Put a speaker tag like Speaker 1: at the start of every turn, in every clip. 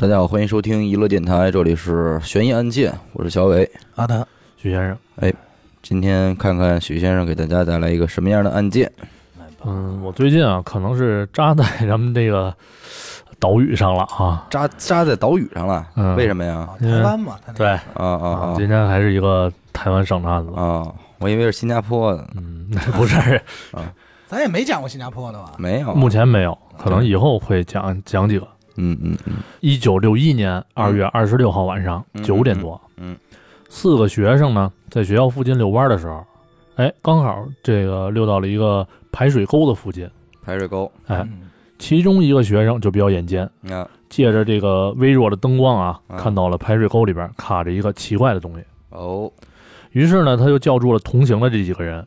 Speaker 1: 大家好，欢迎收听娱乐电台，这里是悬疑案件，我是小伟。
Speaker 2: 阿啊达，
Speaker 3: 许先生，
Speaker 1: 今天看看许先生给大家带来一个什么样的案件？
Speaker 3: 嗯，我最近啊，可能是扎在咱们这个岛屿上了啊。
Speaker 1: 扎扎在岛屿上了，
Speaker 3: 嗯
Speaker 1: 为什么呀？
Speaker 2: 啊台湾嘛，他那
Speaker 3: 对
Speaker 2: 个
Speaker 1: 啊啊啊
Speaker 3: 今天还是一个台湾省的案子。
Speaker 1: 啊！我以为是新加坡的，
Speaker 3: 嗯， 不是，
Speaker 2: 咱也没讲过新加坡的吧？
Speaker 1: 没有。啊
Speaker 3: 目前没有，可能以后会讲讲几个。
Speaker 1: 嗯嗯嗯
Speaker 3: 一九六一年二月二十六号晚上
Speaker 1: 嗯
Speaker 3: 九点多，
Speaker 1: 嗯，
Speaker 3: 四个学生呢在学校附近遛弯的时候，哎，刚好这个遛到了一个排水沟的附近，
Speaker 1: 排水沟，
Speaker 3: 哎，
Speaker 2: 嗯
Speaker 3: 其中一个学生就比较眼尖，
Speaker 1: 你看，
Speaker 3: 借着这个微弱的灯光啊，
Speaker 1: 啊
Speaker 3: 看到了排水沟里边卡着一个奇怪的东西。
Speaker 1: 哦，
Speaker 3: 于是呢，他就叫住了同行的这几个人，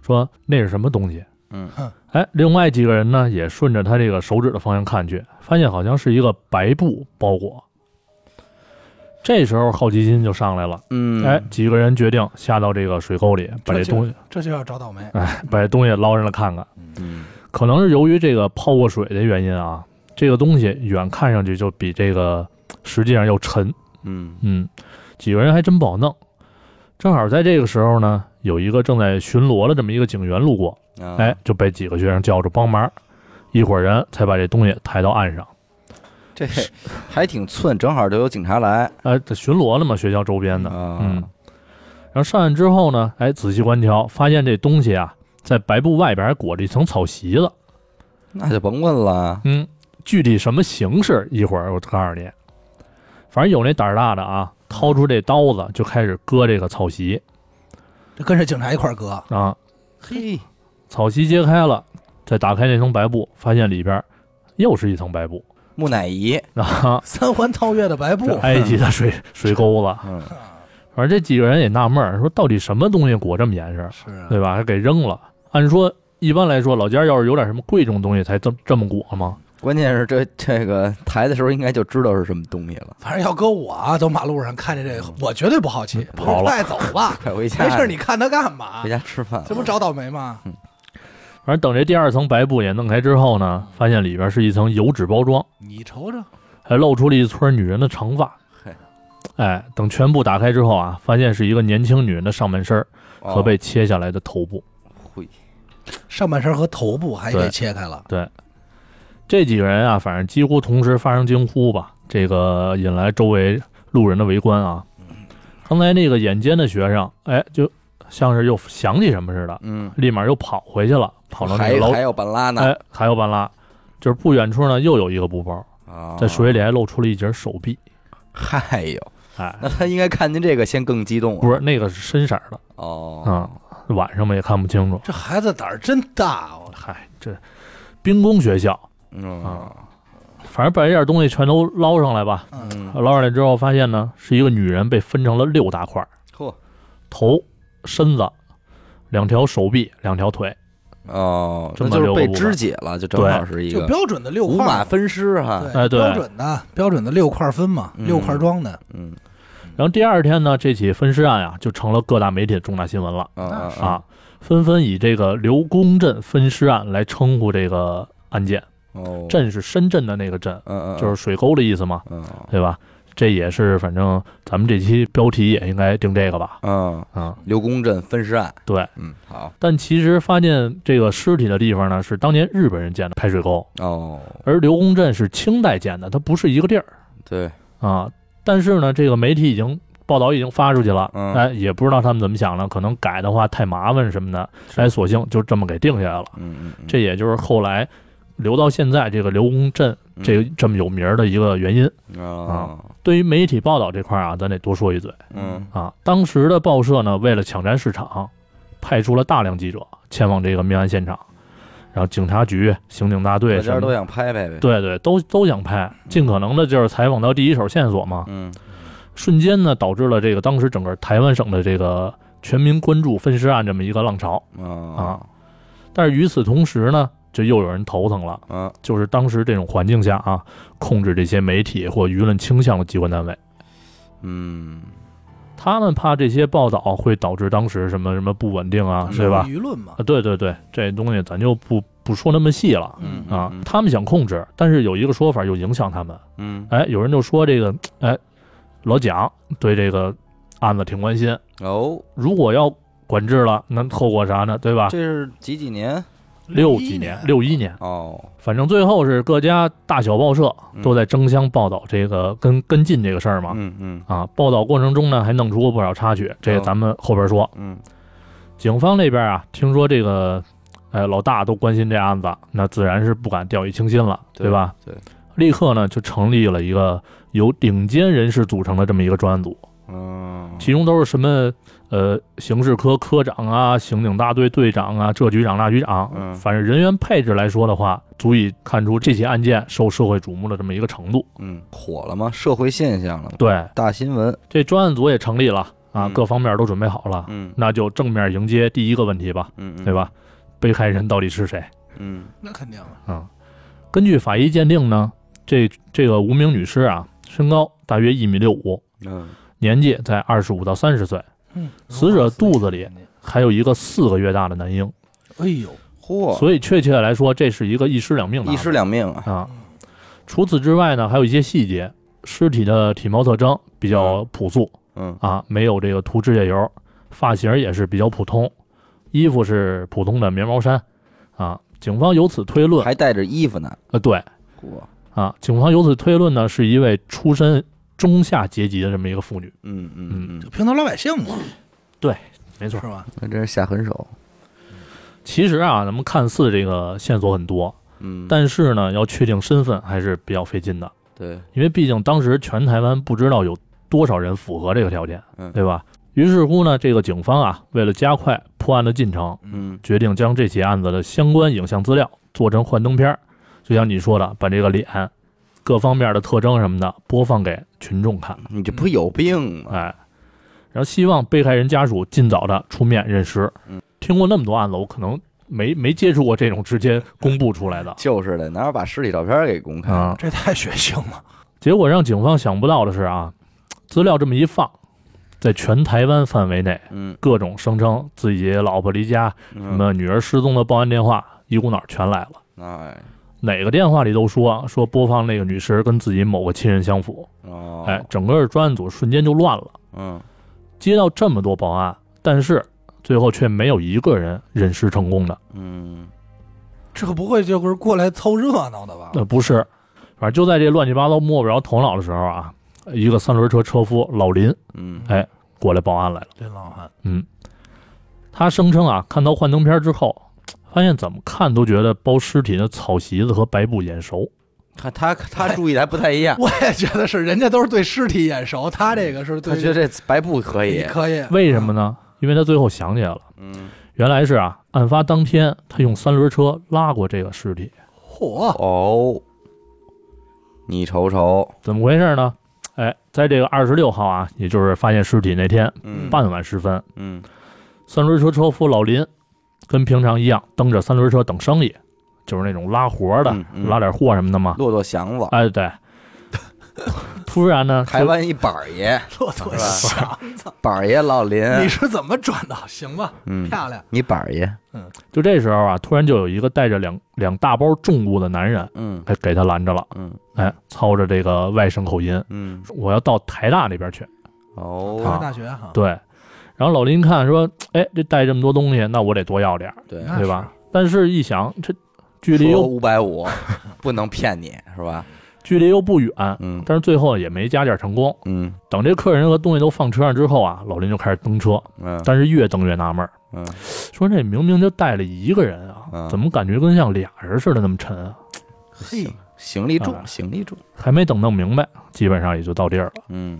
Speaker 3: 说那是什么东西？
Speaker 1: 嗯
Speaker 3: 哎，另外几个人呢也顺着他这个手指的方向看去，发现好像是一个白布包裹。这时候好奇心就上来了，
Speaker 1: 嗯，
Speaker 3: 哎，几个人决定下到这个水沟里，把这
Speaker 2: 就
Speaker 3: 东西，
Speaker 2: 这就要找倒霉。
Speaker 3: 哎，把这东西捞上来看看。
Speaker 1: 嗯，
Speaker 3: 可能是由于这个泡过水的原因啊，这个东西远看上去就比这个实际上要沉。
Speaker 1: 嗯
Speaker 3: 嗯，几个人还真不好弄。正好在这个时候呢，有一个正在巡逻的这么一个警员路过，
Speaker 1: 嗯，啊
Speaker 3: 哎，，就被几个学生叫住帮忙，一伙人才把这东西抬到岸上。
Speaker 1: 这还挺寸，正好就有警察来
Speaker 3: 哎，这巡逻了嘛，学校周边的。
Speaker 1: 啊，
Speaker 3: 嗯，然后上岸之后呢，哎，仔细观瞧，发现这东西啊，在白布外边还裹着一层草席子。
Speaker 1: 那就甭问了，
Speaker 3: 嗯，具体什么形式，一会儿我告诉你。反正有那胆儿大的啊，掏出这刀子就开始割这个草席
Speaker 2: 这跟着警察一块儿割，
Speaker 3: 啊，
Speaker 1: 嘿，
Speaker 3: 草席揭开了，再打开那层白布，发现里边又是一层白布
Speaker 1: 木乃伊，
Speaker 3: 啊，
Speaker 2: 三环套月的白布
Speaker 3: 这，哎埃及的 水水沟子。
Speaker 1: 嗯
Speaker 3: 反正这几个人也纳闷儿，说到底什么东西裹这么严实，
Speaker 2: 是啊
Speaker 3: 对吧？还给扔了。按说一般来说，老家要是有点什么贵重东西才这么这么裹吗？
Speaker 1: 关键是这这个抬的时候应该就知道是什么东西了，
Speaker 2: 反正要搁我啊，走马路上看见这个，我绝对不好奇，
Speaker 3: 嗯跑了
Speaker 2: 我说带走 吧，
Speaker 1: 快回家，
Speaker 2: 没事儿，你看他干嘛
Speaker 1: 回？家吃饭，
Speaker 2: 这不找倒霉吗？
Speaker 3: 嗯反正等这第二层白布也弄开之后呢，发现里边是一层油纸包装。
Speaker 2: 你瞅瞅，
Speaker 3: 还露出了一撮女人的长发
Speaker 1: 嘿。
Speaker 3: 哎，等全部打开之后啊，发现是一个年轻女人的上半身儿
Speaker 1: 哦
Speaker 3: 和被切下来的头部。
Speaker 1: 会
Speaker 2: 上半身和头部还给
Speaker 3: 对
Speaker 2: 切开了，
Speaker 3: 这几个人啊，反正几乎同时发生惊呼吧，这个引来周围路人的围观啊。刚才那个眼尖的学生，哎，就像是又想起什么似的，
Speaker 1: 嗯，
Speaker 3: 立马又跑回去了，跑到那
Speaker 1: 还
Speaker 3: 个楼，
Speaker 1: 还有本拉呢
Speaker 3: 哎，还有半拉，就是不远处呢又有一个布包，
Speaker 1: 啊，
Speaker 3: 在水里还露出了一截手臂。
Speaker 1: 嗨呦，
Speaker 3: 哎，
Speaker 1: 那他应该看见这个先更激动啊
Speaker 3: 不是那个是深色儿的，
Speaker 1: 哦，
Speaker 3: 嗯，晚上嘛也看不清楚。
Speaker 2: 这孩子胆儿真大，哦我
Speaker 3: 嗨，这兵工学校，
Speaker 1: 嗯
Speaker 3: 啊反正把这点东西全都捞上来吧。
Speaker 2: 嗯，
Speaker 1: 嗯，
Speaker 3: 捞上来之后，发现呢是一个女人被分成了六大块儿：
Speaker 1: 嚯
Speaker 3: 头、身子、两条手臂、两条腿。
Speaker 1: 哦，
Speaker 3: 这
Speaker 1: 那
Speaker 3: 么
Speaker 1: 就是
Speaker 3: 六个
Speaker 1: 被
Speaker 3: 部分
Speaker 1: 肢解了，就正好是一
Speaker 2: 就
Speaker 1: 个
Speaker 2: 标准的六
Speaker 1: 五
Speaker 2: 块
Speaker 1: 马
Speaker 2: 儿，
Speaker 1: 分尸哈，
Speaker 3: 哎对
Speaker 2: 标准的标准的六块儿分嘛，
Speaker 1: 嗯
Speaker 2: 六块儿装的，
Speaker 1: 嗯
Speaker 3: 然后第二天呢，这起分尸案啊就成了各大媒体的重大新闻了
Speaker 1: 啊
Speaker 2: 那是
Speaker 3: 啊，纷纷以这个刘公镇分尸案来称呼这个案件。
Speaker 1: 哦，
Speaker 3: 镇是深圳的那个镇，
Speaker 1: 嗯嗯，
Speaker 3: 就是水沟的意思嘛，
Speaker 1: 嗯
Speaker 3: 对吧？这也是，反正咱们这期标题也应该定这个吧，
Speaker 1: 嗯，
Speaker 3: 啊、
Speaker 1: 刘公镇分尸案，
Speaker 3: 对，
Speaker 1: 嗯，好
Speaker 3: 但其实发现这个尸体的地方呢，是当年日本人建的排水沟，
Speaker 1: 哦，
Speaker 3: 而刘公镇是清代建的，它不是一个地儿
Speaker 1: 对，
Speaker 3: 啊。但是呢，这个媒体已经报道已经发出去了，
Speaker 1: 嗯
Speaker 3: 哎，也不知道他们怎么想的，可能改的话太麻烦什么的，
Speaker 1: 是
Speaker 3: 哎，索性就这么给定下来了。
Speaker 1: 嗯嗯，
Speaker 3: 这也就是后来留到现在这个刘公镇
Speaker 1: 嗯
Speaker 3: 这个这么有名儿的一个原因。
Speaker 1: 个啊，
Speaker 3: 对于媒体报道这块儿啊，咱得多说一嘴
Speaker 1: 嗯
Speaker 3: 啊。当时的报社呢，为了抢占市场，派出了大量记者前往这个命案现场，然后警察局、刑警大队
Speaker 1: 大
Speaker 3: 什
Speaker 1: 家
Speaker 3: 么
Speaker 1: 都嗯
Speaker 3: 的，
Speaker 1: 想拍拍呗，
Speaker 3: 对对，都都想拍，尽可能的就是采访到第一手线索嘛。
Speaker 1: 嗯
Speaker 3: 瞬间呢，导致了这个当时整个台湾省的这个全民关注分尸案这么一个浪潮。
Speaker 1: 啊
Speaker 3: 但是与此同时呢，就又有人头疼了，
Speaker 1: 啊，
Speaker 3: 就是当时这种环境下啊，控制这些媒体或舆论倾向的机关单位。
Speaker 1: 嗯
Speaker 3: 他们怕这些报道会导致当时什么什么不稳定啊，
Speaker 2: 嗯
Speaker 3: 是吧？呃
Speaker 2: 舆论嘛
Speaker 3: 啊，，对对对，这东西咱就不不说那么细了
Speaker 1: 嗯
Speaker 3: 啊。他们想控制，但是有一个说法又影响他们。
Speaker 1: 嗯，
Speaker 3: 哎，有人就说这个，哎，老蒋对这个案子挺关心，
Speaker 1: 哦，
Speaker 3: 如果要管制了，那后果啥呢？对吧？
Speaker 1: 这是几几年？
Speaker 3: 六几年，六一年，
Speaker 1: 哦，
Speaker 3: 反正最后是各家大小报社都在争相报道这个跟跟进这个事儿嘛。
Speaker 1: 嗯嗯
Speaker 3: 啊，报道过程中呢，还弄出过不少插曲，这个
Speaker 1: 哦
Speaker 3: 咱们后边说。
Speaker 1: 嗯
Speaker 3: 警方那边啊，听说这个，呃，老大都关心这案子，那自然是不敢掉以轻心了，
Speaker 1: 对
Speaker 3: 对吧？
Speaker 1: 对，
Speaker 3: 立刻呢就成立了一个由顶尖人士组成的这么一个专案组，
Speaker 1: 嗯，
Speaker 3: 其中都是什么呃刑事科科长啊、刑警大队队长啊、这局长那局长，
Speaker 1: 嗯
Speaker 3: 反正人员配置来说的话，足以看出这起案件受社会瞩目的这么一个程度。
Speaker 1: 嗯，火了吗？社会现象了吗？
Speaker 3: 对，
Speaker 1: 大新闻。
Speaker 3: 这专案组也成立了啊，
Speaker 1: 嗯
Speaker 3: 各方面都准备好了，
Speaker 1: 嗯
Speaker 3: 那就正面迎接第一个问题吧，
Speaker 1: 嗯，
Speaker 3: 对？吧？被害人到底是谁？
Speaker 1: 嗯
Speaker 2: 那肯定了，
Speaker 3: 啊。根据法医鉴定呢，这这个无名女尸啊，身高大约一米六五，
Speaker 1: 嗯
Speaker 3: 年纪在二十五到三十岁，
Speaker 2: 嗯，
Speaker 3: 死者肚子里还有一个四个月大的男婴，
Speaker 2: 哎呦，
Speaker 1: 嚯，
Speaker 3: 所以确切地来说，这是一个一尸两命
Speaker 1: 一
Speaker 3: 的案
Speaker 1: 尸
Speaker 3: 子
Speaker 1: 两命啊！
Speaker 3: 啊。除此之外呢，还有一些细节，尸体的体貌特征比较朴素
Speaker 1: 嗯
Speaker 3: 啊，没有这个涂指甲油，发型也是比较普通，衣服是普通的棉毛衫啊。警方由此推论，
Speaker 1: 还带着衣服呢。
Speaker 3: 呃，对，
Speaker 1: 嚯，
Speaker 3: 啊，警方由此推论呢，是一位出身中下阶级的这么一个妇女。
Speaker 1: 嗯嗯嗯，
Speaker 2: 就平头老百姓嘛，
Speaker 3: 没
Speaker 2: 是， 吧？
Speaker 1: 那真是下狠手。
Speaker 3: 其实啊，咱们看似这个线索很多，
Speaker 1: 嗯，
Speaker 3: 但是呢，要确定身份还是比较费劲的，
Speaker 1: 对，
Speaker 3: 因为毕竟当时全台湾不知道有多少人符合这个条件，
Speaker 1: 嗯
Speaker 3: 对吧？于是乎呢，这个警方啊，为了加快破案的进程，
Speaker 1: 嗯
Speaker 3: 决定将这起案子的相关影像资料做成幻灯片儿，就像你说的，把这个脸、各方面的特征什么的播放给群众看。
Speaker 1: 你这不有病吗？
Speaker 3: 哎，然后希望被害人家属尽早的出面认尸。
Speaker 1: 嗯，
Speaker 3: 听过那么多案子，我可能没没接触过这种直接公布出来的
Speaker 1: 就是的，哪有把尸体照片给公开？
Speaker 3: 啊。
Speaker 2: 这太血腥了，
Speaker 3: 结果让警方想不到的是啊，资料这么一放，在全台湾范围内，
Speaker 1: 嗯，
Speaker 3: 各种声称自己老婆离家、什
Speaker 1: 嗯
Speaker 3: 么女儿失踪的报案电话，一股脑儿全来了。
Speaker 1: 哎
Speaker 3: 哪个电话里都说说播放那个女尸跟自己某个亲人相符，
Speaker 1: 哦，
Speaker 3: 哎，整个专案组瞬间就乱了。
Speaker 1: 嗯
Speaker 3: 接到这么多报案，但是最后却没有一个人认尸成功的。
Speaker 1: 嗯
Speaker 2: 这不会就是过来凑热闹的吧？
Speaker 3: 呃，不是，反正就在这乱七八糟摸不着头脑的时候啊，一个三轮车车夫老林
Speaker 1: 嗯
Speaker 3: 哎过来报案来了。
Speaker 2: 这老汉，
Speaker 3: 嗯，他声称啊，看到幻灯片之后，发现怎么看都觉得包尸体的草席子和白布眼熟。
Speaker 1: 他他他注意的还不太一样，
Speaker 2: 我也觉得是，人家都是对尸体眼熟，他这个 是对，
Speaker 1: 他觉得这白布可以。
Speaker 2: 可以，
Speaker 3: 为什么呢？因为他最后想起来了，
Speaker 1: 嗯，
Speaker 3: 原来是啊，案发当天他用三轮车拉过这个尸体。
Speaker 2: 嚯，
Speaker 1: 哦，你瞅瞅，
Speaker 3: 怎么回事呢？哎，在这个二十六号啊，也就是发现尸体那天
Speaker 1: 嗯
Speaker 3: 傍晚时分，
Speaker 1: 嗯
Speaker 3: 三轮车车夫老林跟平常一样蹬着三轮车等生意，就是那种拉活的，
Speaker 1: 嗯嗯
Speaker 3: 拉点货什么的嘛。
Speaker 1: 骆驼祥子，
Speaker 3: 哎，对。 突然呢，
Speaker 1: 台湾一板儿爷，
Speaker 2: 骆驼祥子，
Speaker 1: 板儿爷老林，
Speaker 2: 你是怎么转到？行吧，
Speaker 1: 嗯，
Speaker 2: 漂亮，
Speaker 1: 你板儿爷，
Speaker 3: 就就这时候啊，突然就有一个带着两两大包重物的男人，
Speaker 1: 嗯
Speaker 3: 哎，给他拦着了。
Speaker 1: 嗯
Speaker 3: 哎，操着这个外省口音，
Speaker 1: 嗯，
Speaker 3: 我要到台大那边去。
Speaker 2: 台
Speaker 1: 哦，
Speaker 2: 湾大学哈，
Speaker 3: 对，然后老林看说，哎，这带这么多东西，那我得多要点儿，
Speaker 1: 对，
Speaker 2: 那
Speaker 3: 对吧？但是，一想这距
Speaker 1: 距
Speaker 3: 离又
Speaker 1: 五百五，不能骗你是吧？
Speaker 3: 距离又不远，
Speaker 1: 嗯
Speaker 3: 但是最后也没加价成功。
Speaker 1: 嗯
Speaker 3: 等这客人和东西都放车上之后啊，老林就开始蹬车，
Speaker 1: 嗯
Speaker 3: 但是越蹬越纳闷儿，
Speaker 1: 嗯，
Speaker 3: 说这明明就带了一个人啊
Speaker 1: 嗯，
Speaker 3: 怎么感觉跟像俩人似的那么沉啊？
Speaker 2: 嘿，
Speaker 1: 行李
Speaker 3: 啊
Speaker 1: 重，行李重，
Speaker 3: 还没等弄明白，基本上也就到地儿了。
Speaker 1: 嗯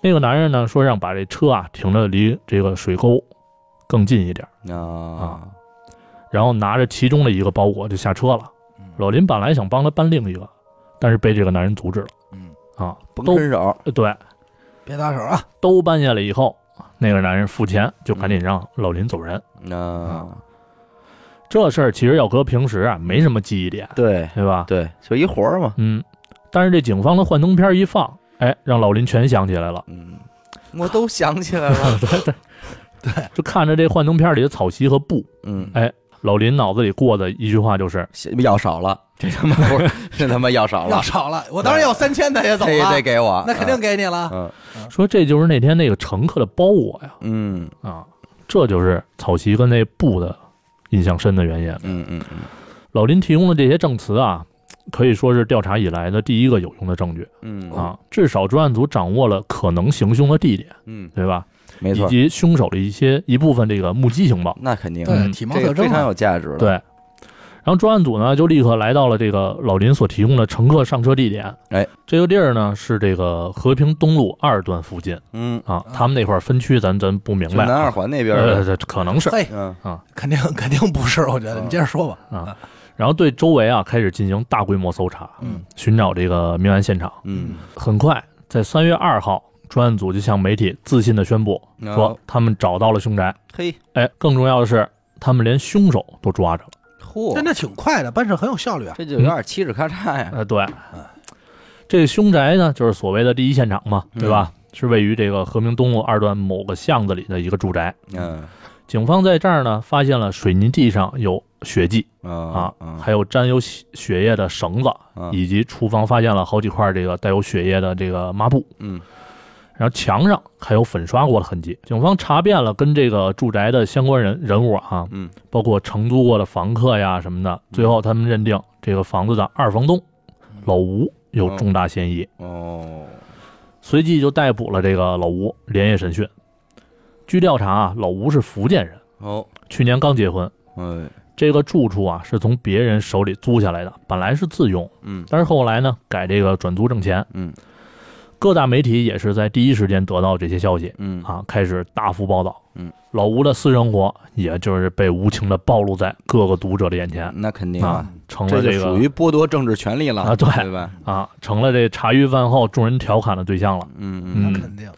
Speaker 3: 那个男人呢说让把这车啊停的离这个水沟更近一点儿，
Speaker 1: 啊
Speaker 3: 然后拿着其中的一个包裹就下车了
Speaker 2: 嗯。
Speaker 3: 老林本来想帮他搬另一个，但是被这个男人阻止了
Speaker 2: 嗯，
Speaker 3: 啊，
Speaker 1: 甭
Speaker 3: 都
Speaker 1: 伸手，
Speaker 3: 呃对，
Speaker 2: 别搭手啊，
Speaker 3: 都搬下来以后，那个男人付钱就赶紧
Speaker 2: 嗯
Speaker 3: 让老林走人。
Speaker 1: 那
Speaker 3: 这事儿其实要搁平时啊，没什么记忆点，
Speaker 1: 对
Speaker 3: 对吧？
Speaker 1: 对，就一活儿嘛，
Speaker 3: 嗯，但是这警方的幻灯片一放，哎，让老林全想起来了，
Speaker 1: 嗯，我都想起来了，
Speaker 3: 就看着这幻灯片里的草席和布，
Speaker 1: 嗯
Speaker 3: 哎，老林脑子里过的一句话就是：
Speaker 1: 药少了，这他妈不是这他妈药少
Speaker 2: 要
Speaker 1: 了，
Speaker 2: 少了，我当然要三千的也走
Speaker 1: 这也得
Speaker 2: 了，
Speaker 1: 给我，
Speaker 2: 那肯
Speaker 4: 哎
Speaker 2: 定给你了。
Speaker 1: 嗯
Speaker 3: 说这就是那天那个乘客的包裹呀
Speaker 1: 嗯
Speaker 3: 啊，这就是草席跟那布的印象深的原因。
Speaker 1: 嗯嗯嗯
Speaker 3: 老林提供的这些证词啊，可以说是调查以来的第一个有用的证据
Speaker 1: 嗯
Speaker 3: 啊，至少专案组掌握了可能行凶的地点，
Speaker 1: 嗯，
Speaker 3: 对吧？
Speaker 1: 没
Speaker 3: 以
Speaker 1: 错，
Speaker 3: 及凶手的一些一部分这个目击情报。
Speaker 1: 那肯定，
Speaker 3: 嗯
Speaker 2: 对，体貌
Speaker 1: 这
Speaker 2: 特
Speaker 1: 个非
Speaker 2: 征啊
Speaker 1: 常
Speaker 4: 啊
Speaker 2: 嘛，
Speaker 1: 有价值了。
Speaker 3: 对，，然后专案组呢就立刻来到了这个老林所提供的乘客上车地点。
Speaker 1: 哎，
Speaker 3: 这个地儿呢是这个和平东路二段附近
Speaker 1: 嗯，
Speaker 3: 啊，他们那块儿分区咱咱不明
Speaker 1: 就
Speaker 3: 白
Speaker 1: 南
Speaker 3: 啊，
Speaker 1: 二环那边
Speaker 3: 呃，
Speaker 1: 儿，
Speaker 3: 这可能是。
Speaker 2: 嘿，
Speaker 1: 嗯
Speaker 2: 肯定肯定不是，我觉得
Speaker 1: 嗯
Speaker 2: 你接着说吧。
Speaker 3: 然后对周围啊开始进行大规模搜查，
Speaker 2: 嗯，
Speaker 3: 寻找这个命案现场。
Speaker 1: 嗯，
Speaker 3: 很快，在三月二号，专案组就向媒体自信地宣布
Speaker 1: 然
Speaker 3: 说
Speaker 1: 后，
Speaker 3: 他们找到了凶宅。
Speaker 1: 嘿，
Speaker 3: 哎，更重要的是，他们连凶手都抓着了。
Speaker 1: 嚯
Speaker 2: 真，的挺快的，办事很有效率啊。
Speaker 1: 这就有点七指咔嚓呀，
Speaker 3: 呃，对，这凶宅呢，就是所谓的第一现场嘛，对吧？是位于这个和平东路二段某个巷子里的一个住宅。
Speaker 1: 嗯
Speaker 3: 警方在这儿呢，发现了水泥地上有血迹啊
Speaker 1: 啊，
Speaker 3: 还有沾有血血液的绳子，
Speaker 1: 嗯
Speaker 3: 以及厨房发现了好几块这个带有血液的这个抹布，
Speaker 1: 嗯
Speaker 3: 然后墙上还有粉刷过的痕迹。警方查遍了跟这个住宅的相关人人物啊，
Speaker 1: 嗯，
Speaker 3: 包括承租过的房客呀什么的，最后他们认定这个房子的二房东老吴有重大嫌疑，
Speaker 1: 哦，
Speaker 3: 随即就逮捕了这个老吴，连夜审讯。据调查啊，老吴是福建人，
Speaker 1: 哦，
Speaker 3: 去年刚结婚。
Speaker 1: 哎，
Speaker 3: 这个住处啊是从别人手里租下来的，本来是自用，
Speaker 1: 嗯
Speaker 3: 但是后来呢改这个转租挣钱。
Speaker 1: 嗯
Speaker 3: 各大媒体也是在第一时间得到这些消息
Speaker 1: 嗯，
Speaker 3: 啊，开始大幅报道。
Speaker 1: 嗯，
Speaker 3: 老吴的私生活也就是被无情的暴露在各个读者的眼前，
Speaker 1: 那肯定
Speaker 3: 啊
Speaker 1: 啊，，
Speaker 3: 成
Speaker 1: 这
Speaker 3: 了
Speaker 1: 就
Speaker 3: 这
Speaker 1: 属
Speaker 3: 个
Speaker 1: 于剥夺政治权利了
Speaker 3: 啊对
Speaker 1: 对吧？
Speaker 3: 啊，成了这茶余饭后众人调侃的对象了。
Speaker 1: 嗯
Speaker 2: 那
Speaker 1: 嗯
Speaker 3: 嗯
Speaker 2: 肯定，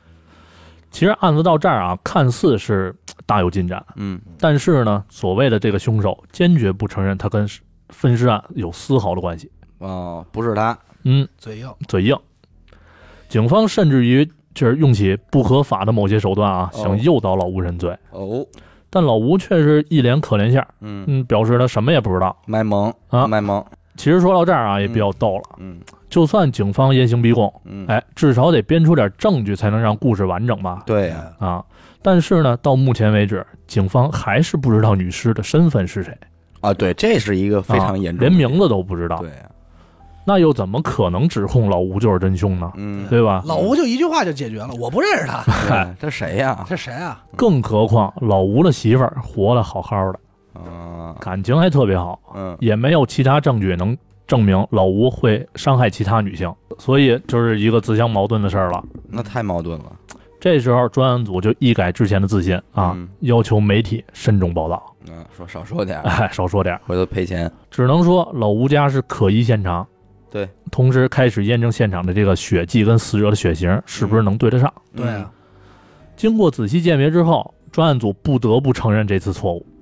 Speaker 3: 其实案子到这儿啊，看似是嘖大有进展，
Speaker 1: 嗯
Speaker 3: 但是呢，所谓的这个凶手坚决不承认他跟分尸案有丝毫的关系。
Speaker 1: 哦，不是他，
Speaker 3: 嗯，
Speaker 2: 嘴硬，
Speaker 3: 嘴硬。警方甚至于就是用起不合法的某些手段啊，
Speaker 1: 哦
Speaker 3: 想诱导老吴认罪，
Speaker 1: 哦，
Speaker 3: 但老吴却是一脸可怜相，
Speaker 1: 嗯，
Speaker 3: 嗯，表示他什么也不知道。
Speaker 1: 卖萌
Speaker 3: 啊
Speaker 1: 卖萌，
Speaker 3: 其实说到这儿啊，也比较逗了。
Speaker 1: 嗯
Speaker 3: 就算警方严刑逼供，
Speaker 1: 嗯，，
Speaker 3: 哎，至少得编出点证据才能让故事完整吧？
Speaker 1: 对呀，
Speaker 3: 啊，但是呢，到目前为止，警方还是不知道女尸的身份是谁，
Speaker 1: 啊，对，这是一个非常严
Speaker 3: 啊
Speaker 1: 重的，
Speaker 3: 连名字都不知道。
Speaker 1: 对啊呀，
Speaker 3: 那又怎么可能指控老吴就是真凶呢？
Speaker 1: 嗯，
Speaker 3: 对吧？
Speaker 2: 老吴就一句话就解决了，我不认识他，
Speaker 1: 对 这谁呀？
Speaker 2: 这谁啊？
Speaker 3: 更何况老吴的媳妇儿活得好好的，
Speaker 1: 啊，
Speaker 3: 感情还特别好，
Speaker 1: 嗯
Speaker 3: 也没有其他证据能证明老吴会伤害其他女性，所以就是一个自相矛盾的事儿了。
Speaker 1: 那太矛盾了，
Speaker 3: 这时候专案组就一改之前的自信啊，
Speaker 1: 嗯
Speaker 3: 要求媒体慎重报道，
Speaker 1: 嗯，说少说点儿，
Speaker 3: 哎，少说点儿。
Speaker 1: 回头赔钱，
Speaker 3: 只能说老吴家是可疑现场，
Speaker 1: 对，
Speaker 3: 同时开始验证现场的这个血迹跟死者的血型是
Speaker 1: 嗯
Speaker 3: 不是能对得上。
Speaker 2: 对啊，
Speaker 3: 经过仔细鉴别之后，专案组不得不承认这次错误，
Speaker 1: 嗯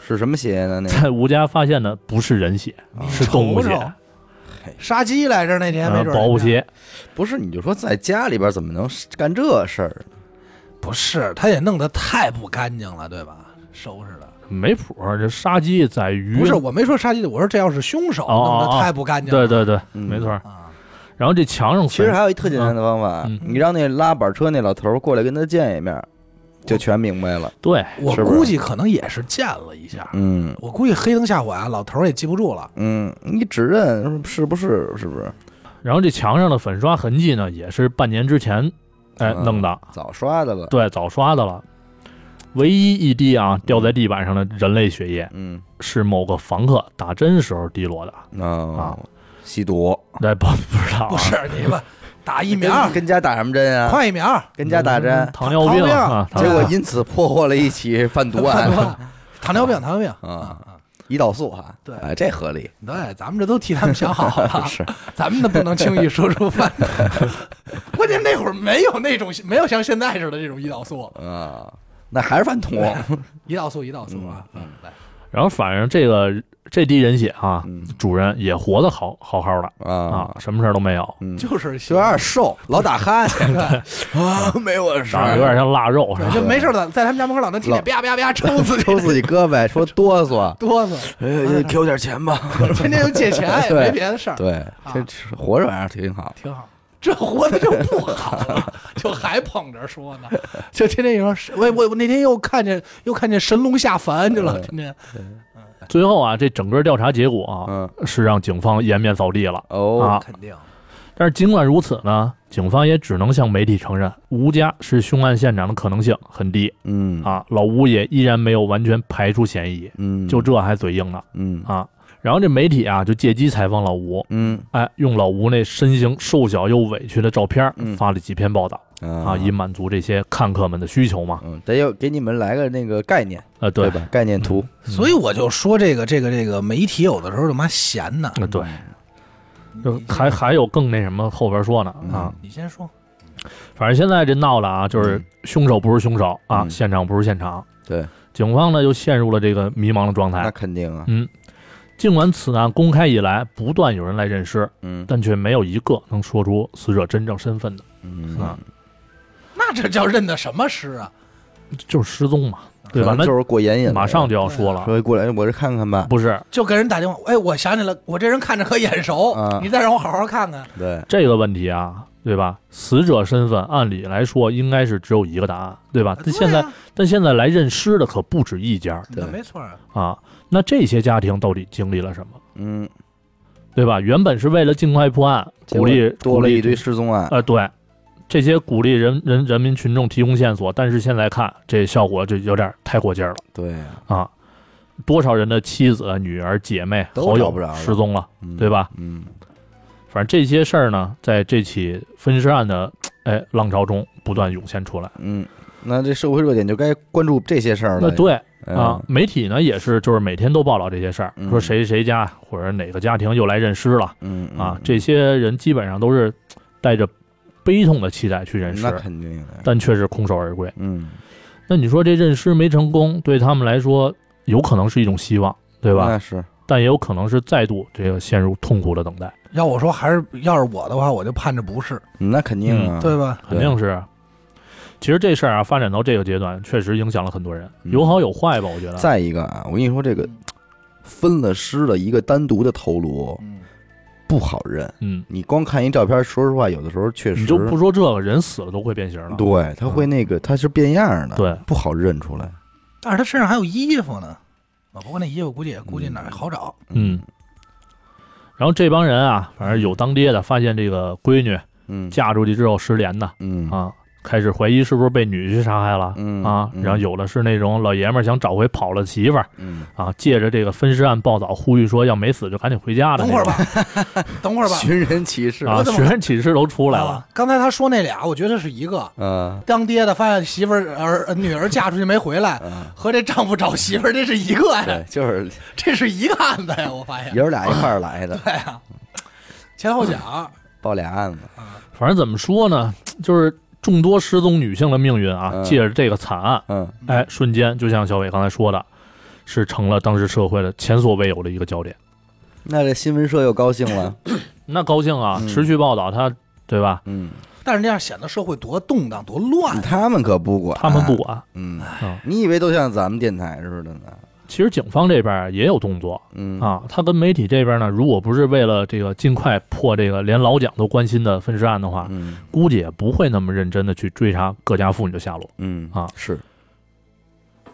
Speaker 1: 是什么鞋呢？ 那个
Speaker 3: 在吴家发现的不是人血，
Speaker 1: 啊
Speaker 3: 是动物
Speaker 2: 瞅
Speaker 3: 血，
Speaker 2: 瞅杀鸡来着那哎天没
Speaker 3: 呃，
Speaker 2: 准儿
Speaker 3: 保不齐。
Speaker 1: 不是，你就说在家里边怎么能干这事儿？
Speaker 2: 不是，他也弄得太不干净了，对吧？收拾的
Speaker 3: 没谱儿，这杀鸡宰鱼
Speaker 2: 不是，我没说杀鸡的，我说这要是凶手
Speaker 3: 哦哦哦
Speaker 2: 弄得太不干净
Speaker 3: 对
Speaker 2: 了，
Speaker 3: 对对，
Speaker 1: 嗯
Speaker 3: 没错儿。
Speaker 2: 啊，
Speaker 3: 然后这墙上
Speaker 1: 其实
Speaker 3: 粉
Speaker 1: 还有一特简单的方法，
Speaker 3: 嗯
Speaker 1: 你让那拉板车那老头儿过来跟他见一面，就全明白了。
Speaker 3: 对
Speaker 2: 我
Speaker 1: 是不是
Speaker 2: 估计可能也是见了一下，
Speaker 1: 嗯
Speaker 2: 我估计黑灯瞎火啊，老头儿也记不住了，
Speaker 1: 嗯，你指认是不是？是不是？
Speaker 3: 然后这墙上的粉刷痕迹呢，也是半年之前哎
Speaker 1: 嗯
Speaker 3: 弄的，
Speaker 1: 早刷的了。
Speaker 3: 对，早刷的了。唯一一滴啊掉在地板上的人类血液，
Speaker 1: 嗯，
Speaker 3: 是某个房客打针时候滴落的。啊
Speaker 1: 哦，吸毒，
Speaker 3: 那不不知道、啊，
Speaker 2: 不是你们打疫苗
Speaker 1: 跟，跟家打什么针啊？
Speaker 2: 快疫 苗，
Speaker 1: 跟家打针，
Speaker 3: 嗯糖尿
Speaker 2: 糖
Speaker 3: 病
Speaker 2: 尿病
Speaker 3: 啊，
Speaker 1: 嗯
Speaker 3: 糖
Speaker 1: 结
Speaker 3: 尿
Speaker 1: 果
Speaker 3: 病
Speaker 1: 因此破获了一起 贩毒
Speaker 2: 看
Speaker 1: 案，
Speaker 2: 吧糖尿病，糖尿病
Speaker 1: 啊
Speaker 2: 啊，
Speaker 1: 胰岛素哈。
Speaker 2: 对
Speaker 1: 哎，这合理。
Speaker 2: 对，咱们这都替他们想好了，
Speaker 1: 是，
Speaker 2: 咱们的不能轻易说出 犯。关键那会儿没有那种没有像现在似的这种胰岛素，
Speaker 1: 啊，那还是贩毒。
Speaker 2: 胰岛素，胰岛素啊，嗯，来，
Speaker 3: 然后反正这个这滴人血啊，
Speaker 1: 嗯
Speaker 3: 主人也活得好好好的啊
Speaker 1: 啊，，
Speaker 3: 什么事儿都没有，
Speaker 1: 嗯，
Speaker 2: 就是喜
Speaker 1: 就有
Speaker 2: 欢
Speaker 1: 点瘦，老打哈 欠啊，没我事
Speaker 3: 长
Speaker 1: 儿，
Speaker 3: 得有点像腊肉是
Speaker 2: 对，
Speaker 3: 吧？
Speaker 2: 就没事儿了，在他们家门口老能听见
Speaker 1: 老
Speaker 2: 啪啪啪抽 自己，，
Speaker 1: 抽自己胳 膊，说哆嗦
Speaker 2: 哆嗦，
Speaker 1: 呃，给我点钱吧。啊
Speaker 2: 天天就借钱，也
Speaker 1: 对
Speaker 2: 没别的事儿，
Speaker 1: 对，这这活着玩意儿挺好。
Speaker 2: 挺好。这活的就不好了，就还捧着说 呢，就天天有说，我我我那天又看见又看见神龙下凡去了，天天
Speaker 1: 啊
Speaker 3: 最后啊，这整个调查结果啊，
Speaker 1: 嗯，
Speaker 3: 是让警方颜面扫地了。
Speaker 1: 哦
Speaker 3: 啊，
Speaker 2: 肯定
Speaker 3: 但是尽管如此呢，警方也只能向媒体承认，吴家是凶案现场的可能性很低
Speaker 1: 嗯
Speaker 3: 啊。老吴也依然没有完全排除嫌疑，
Speaker 1: 嗯，
Speaker 3: 就，这还嘴硬呢
Speaker 1: 嗯
Speaker 3: 啊。然后这媒体啊就借机采访老吴，
Speaker 1: 嗯
Speaker 3: 哎，用老吴那身形瘦小又委屈的照片儿
Speaker 1: 嗯
Speaker 3: 发了几篇报道啊，以满足这些看客们的需求嘛。
Speaker 1: 嗯，得有给你们来个那个概念，
Speaker 3: 呃，
Speaker 1: 对
Speaker 3: 对，
Speaker 1: 吧？概念图，
Speaker 4: 所以我就说这个这个这个媒体有的时候他妈闲呢。
Speaker 3: 呃对，
Speaker 1: 嗯
Speaker 3: 就还还有更那什么后边说呢
Speaker 1: 嗯
Speaker 3: 啊，
Speaker 4: 你先说，
Speaker 3: 反正现在这闹了啊，就是
Speaker 1: 嗯
Speaker 3: 凶手不是凶手啊，
Speaker 1: 嗯
Speaker 3: 现场不是现场，
Speaker 1: 对，
Speaker 3: 警方呢又陷入了这个迷茫的状
Speaker 1: 那
Speaker 3: 态。
Speaker 1: 肯定啊，
Speaker 3: 嗯，尽管此案公开以来不断有人来认尸，
Speaker 1: 嗯
Speaker 3: 但却没有一个能说出死者真正身份的，
Speaker 1: 嗯
Speaker 3: 啊，
Speaker 2: 那这叫认的什么诗啊？
Speaker 3: 就是失踪嘛，对吧
Speaker 1: 可？能就是过眼瘾
Speaker 3: 那
Speaker 1: 了，
Speaker 3: 马上就要说了，
Speaker 1: 说一过来，我这看看吧，
Speaker 3: 不是
Speaker 4: 就给人打电话，哎，我想起来，我这人看着可眼熟，
Speaker 1: 啊
Speaker 4: 你再让我好好看看。
Speaker 1: 对，
Speaker 3: 这个问题啊，对吧？死者身份按理来说应该是只有一个答案，对
Speaker 1: 啊
Speaker 3: 吧？但现在、但现在来认尸的可不止一家
Speaker 4: 那
Speaker 1: 对
Speaker 4: 没错啊，
Speaker 3: 啊，那这些家庭到底经历了什么？
Speaker 1: 嗯，
Speaker 3: 对吧？原本是为了尽快破案，
Speaker 1: 结
Speaker 3: 鼓
Speaker 1: 果
Speaker 3: 励
Speaker 1: 多了一堆
Speaker 3: 鼓励
Speaker 1: 失踪案，
Speaker 3: 呃，对，这些鼓励人人人民群众提供线索，但是现在看这效果就有点太过劲儿了
Speaker 1: 对啊，
Speaker 3: 啊！多少人的妻子、啊女儿、姐妹、
Speaker 1: 都
Speaker 3: 好
Speaker 1: 找不着
Speaker 3: 友
Speaker 1: 了
Speaker 3: 失踪了，
Speaker 1: 嗯
Speaker 3: 对？吧？
Speaker 1: 嗯
Speaker 3: 反正这些事儿呢，在这起分尸案的哎浪潮中不断涌现出来。
Speaker 1: 嗯，那这社会热点就该关注这些事儿了，
Speaker 3: 那对
Speaker 1: 嗯
Speaker 3: 啊，，媒体呢也是，就是每天都报道这些事儿，
Speaker 1: 嗯
Speaker 3: 说谁谁家或者哪个家庭又来认尸了
Speaker 1: 嗯
Speaker 3: 啊
Speaker 1: 嗯。
Speaker 3: 这些人基本上都是带着悲痛的期待去认尸
Speaker 1: 嗯那，肯定的，
Speaker 3: 但却是空手而归。
Speaker 1: 嗯，
Speaker 3: 那你说这认尸没成功，对他们来说有可能是一种希望，对吧？
Speaker 1: 那是，
Speaker 3: 但也有可能是再度这个陷入痛苦的等待，
Speaker 4: 要我说，还是要是我的话，我就盼着不是，
Speaker 1: 那肯定
Speaker 3: 嗯
Speaker 1: 啊，
Speaker 4: 对吧？
Speaker 3: 肯定是。其实这事儿啊，发展到这个阶段，确实影响了很多人，
Speaker 1: 嗯
Speaker 3: 有好有坏吧，我觉得。
Speaker 1: 再一个啊，我跟你说，这个分了尸的一个单独的头颅
Speaker 4: 嗯，
Speaker 1: 不好认。
Speaker 3: 嗯，
Speaker 1: 你光看一照片，说实话，有的时候确实
Speaker 3: 你就不说这个人死了都会变形了，
Speaker 1: 对，他会那个，他是变样的，，
Speaker 3: 对
Speaker 1: 不好认出来。
Speaker 4: 但是他身上还有衣服呢，啊，不过那衣服估
Speaker 1: 嗯
Speaker 4: 计也估计哪儿好找，
Speaker 3: 嗯，然后这帮人啊，反正有当爹的发现这个闺女
Speaker 1: 嗯
Speaker 3: 嫁出去之后失联的
Speaker 1: 嗯
Speaker 3: 啊，开始怀疑是不是被女婿杀害了
Speaker 1: 嗯
Speaker 3: 啊。
Speaker 1: 嗯
Speaker 3: 然后有的是那种老爷们儿想找回跑了媳妇儿
Speaker 1: 嗯，
Speaker 3: 啊，借着这个分尸案报道呼吁说要没死就赶紧回家的
Speaker 4: 等
Speaker 3: 那
Speaker 4: 会儿
Speaker 3: 种。
Speaker 4: 吧，等会儿吧。
Speaker 1: 寻人启事
Speaker 3: 啊，
Speaker 4: 我怎么
Speaker 3: 学生启事都出来了
Speaker 4: 啊。刚才他说那俩，我觉得是一个。
Speaker 1: 啊
Speaker 4: 当爹的发现媳妇儿儿呃女儿嫁出去没回来，
Speaker 1: 啊，
Speaker 4: 和这丈夫找媳妇儿这是一个呀，
Speaker 1: 对，就是
Speaker 4: 这是一个案子呀，我发现啊
Speaker 1: 爷儿俩一块儿来的，
Speaker 4: 前后脚。
Speaker 1: 报俩案子，
Speaker 3: 反正怎么说呢，就是众多失踪女性的命运啊，
Speaker 1: 嗯
Speaker 3: 借着这个惨案，
Speaker 1: 嗯
Speaker 3: 哎，瞬间就像小伟刚才说的，是成了当时社会的前所未有的一个焦点。
Speaker 1: 那这新闻社又高兴 了，
Speaker 3: 那高兴啊，
Speaker 1: 嗯
Speaker 3: 持续报道他，对吧？
Speaker 1: 嗯，
Speaker 4: 但是这样显得社会多动荡、多
Speaker 3: 嗯
Speaker 4: 乱。
Speaker 1: 他们可不管，
Speaker 3: 他们不，管。
Speaker 1: 嗯，
Speaker 3: 嗯
Speaker 1: 你以为都像咱们电台似的呢？
Speaker 3: 其实警方这边也有动作
Speaker 1: 嗯
Speaker 3: 啊，他跟媒体这边呢，如果不是为了这个尽快破这个连老蒋都关心的分尸案的话，
Speaker 1: 嗯
Speaker 3: 估计也不会那么认真的去追查各家妇女的下落。
Speaker 1: 嗯
Speaker 3: 啊
Speaker 1: 是，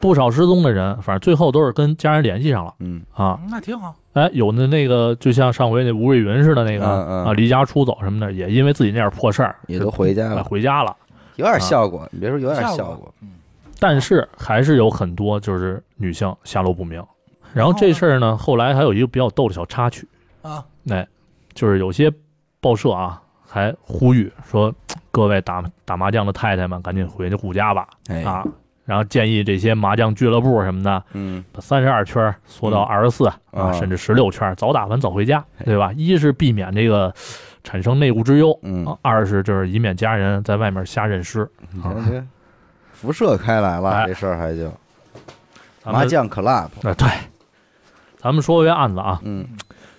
Speaker 3: 不少失踪的人，反正最后都是跟家人联系上了
Speaker 1: 嗯
Speaker 3: 啊。
Speaker 4: 那挺好，
Speaker 3: 哎，有的那个就像上回那吴瑞云似的那个
Speaker 1: 嗯嗯
Speaker 3: 啊，离家出走什么的，也因为自己那点破事儿，
Speaker 1: 也都回家
Speaker 3: 哎
Speaker 1: 了，
Speaker 3: 回家了。
Speaker 1: 有
Speaker 3: 啊
Speaker 1: 点效果，你别说有点
Speaker 4: 效
Speaker 1: 效果，。
Speaker 4: 嗯，
Speaker 3: 但是还是有很多就是女性下落不明。然后这事儿呢，后来还有一个比较逗的小插曲，
Speaker 4: 啊，
Speaker 3: 哎，就是有些报社啊还呼吁说，各位打打麻将的太太们赶紧回去顾家吧
Speaker 1: 哎，
Speaker 3: 啊，然后建议这些麻将俱乐部什么的，
Speaker 1: 嗯
Speaker 3: 把三十二圈儿缩到
Speaker 1: 嗯
Speaker 3: 二十四
Speaker 1: 啊哎
Speaker 3: 啊，甚至十六圈儿，早打完早回家，
Speaker 1: 嘿
Speaker 3: 对吧？一是避免这个产生内顾之忧，
Speaker 1: 嗯，
Speaker 3: 啊二是就是以免家人在外面瞎认尸。啊
Speaker 1: 你看这辐射开来了，
Speaker 3: 哎
Speaker 1: 这事儿还就
Speaker 3: 咱们
Speaker 1: 麻将 club，
Speaker 3: 啊，对，咱们说回案子啊，
Speaker 1: 嗯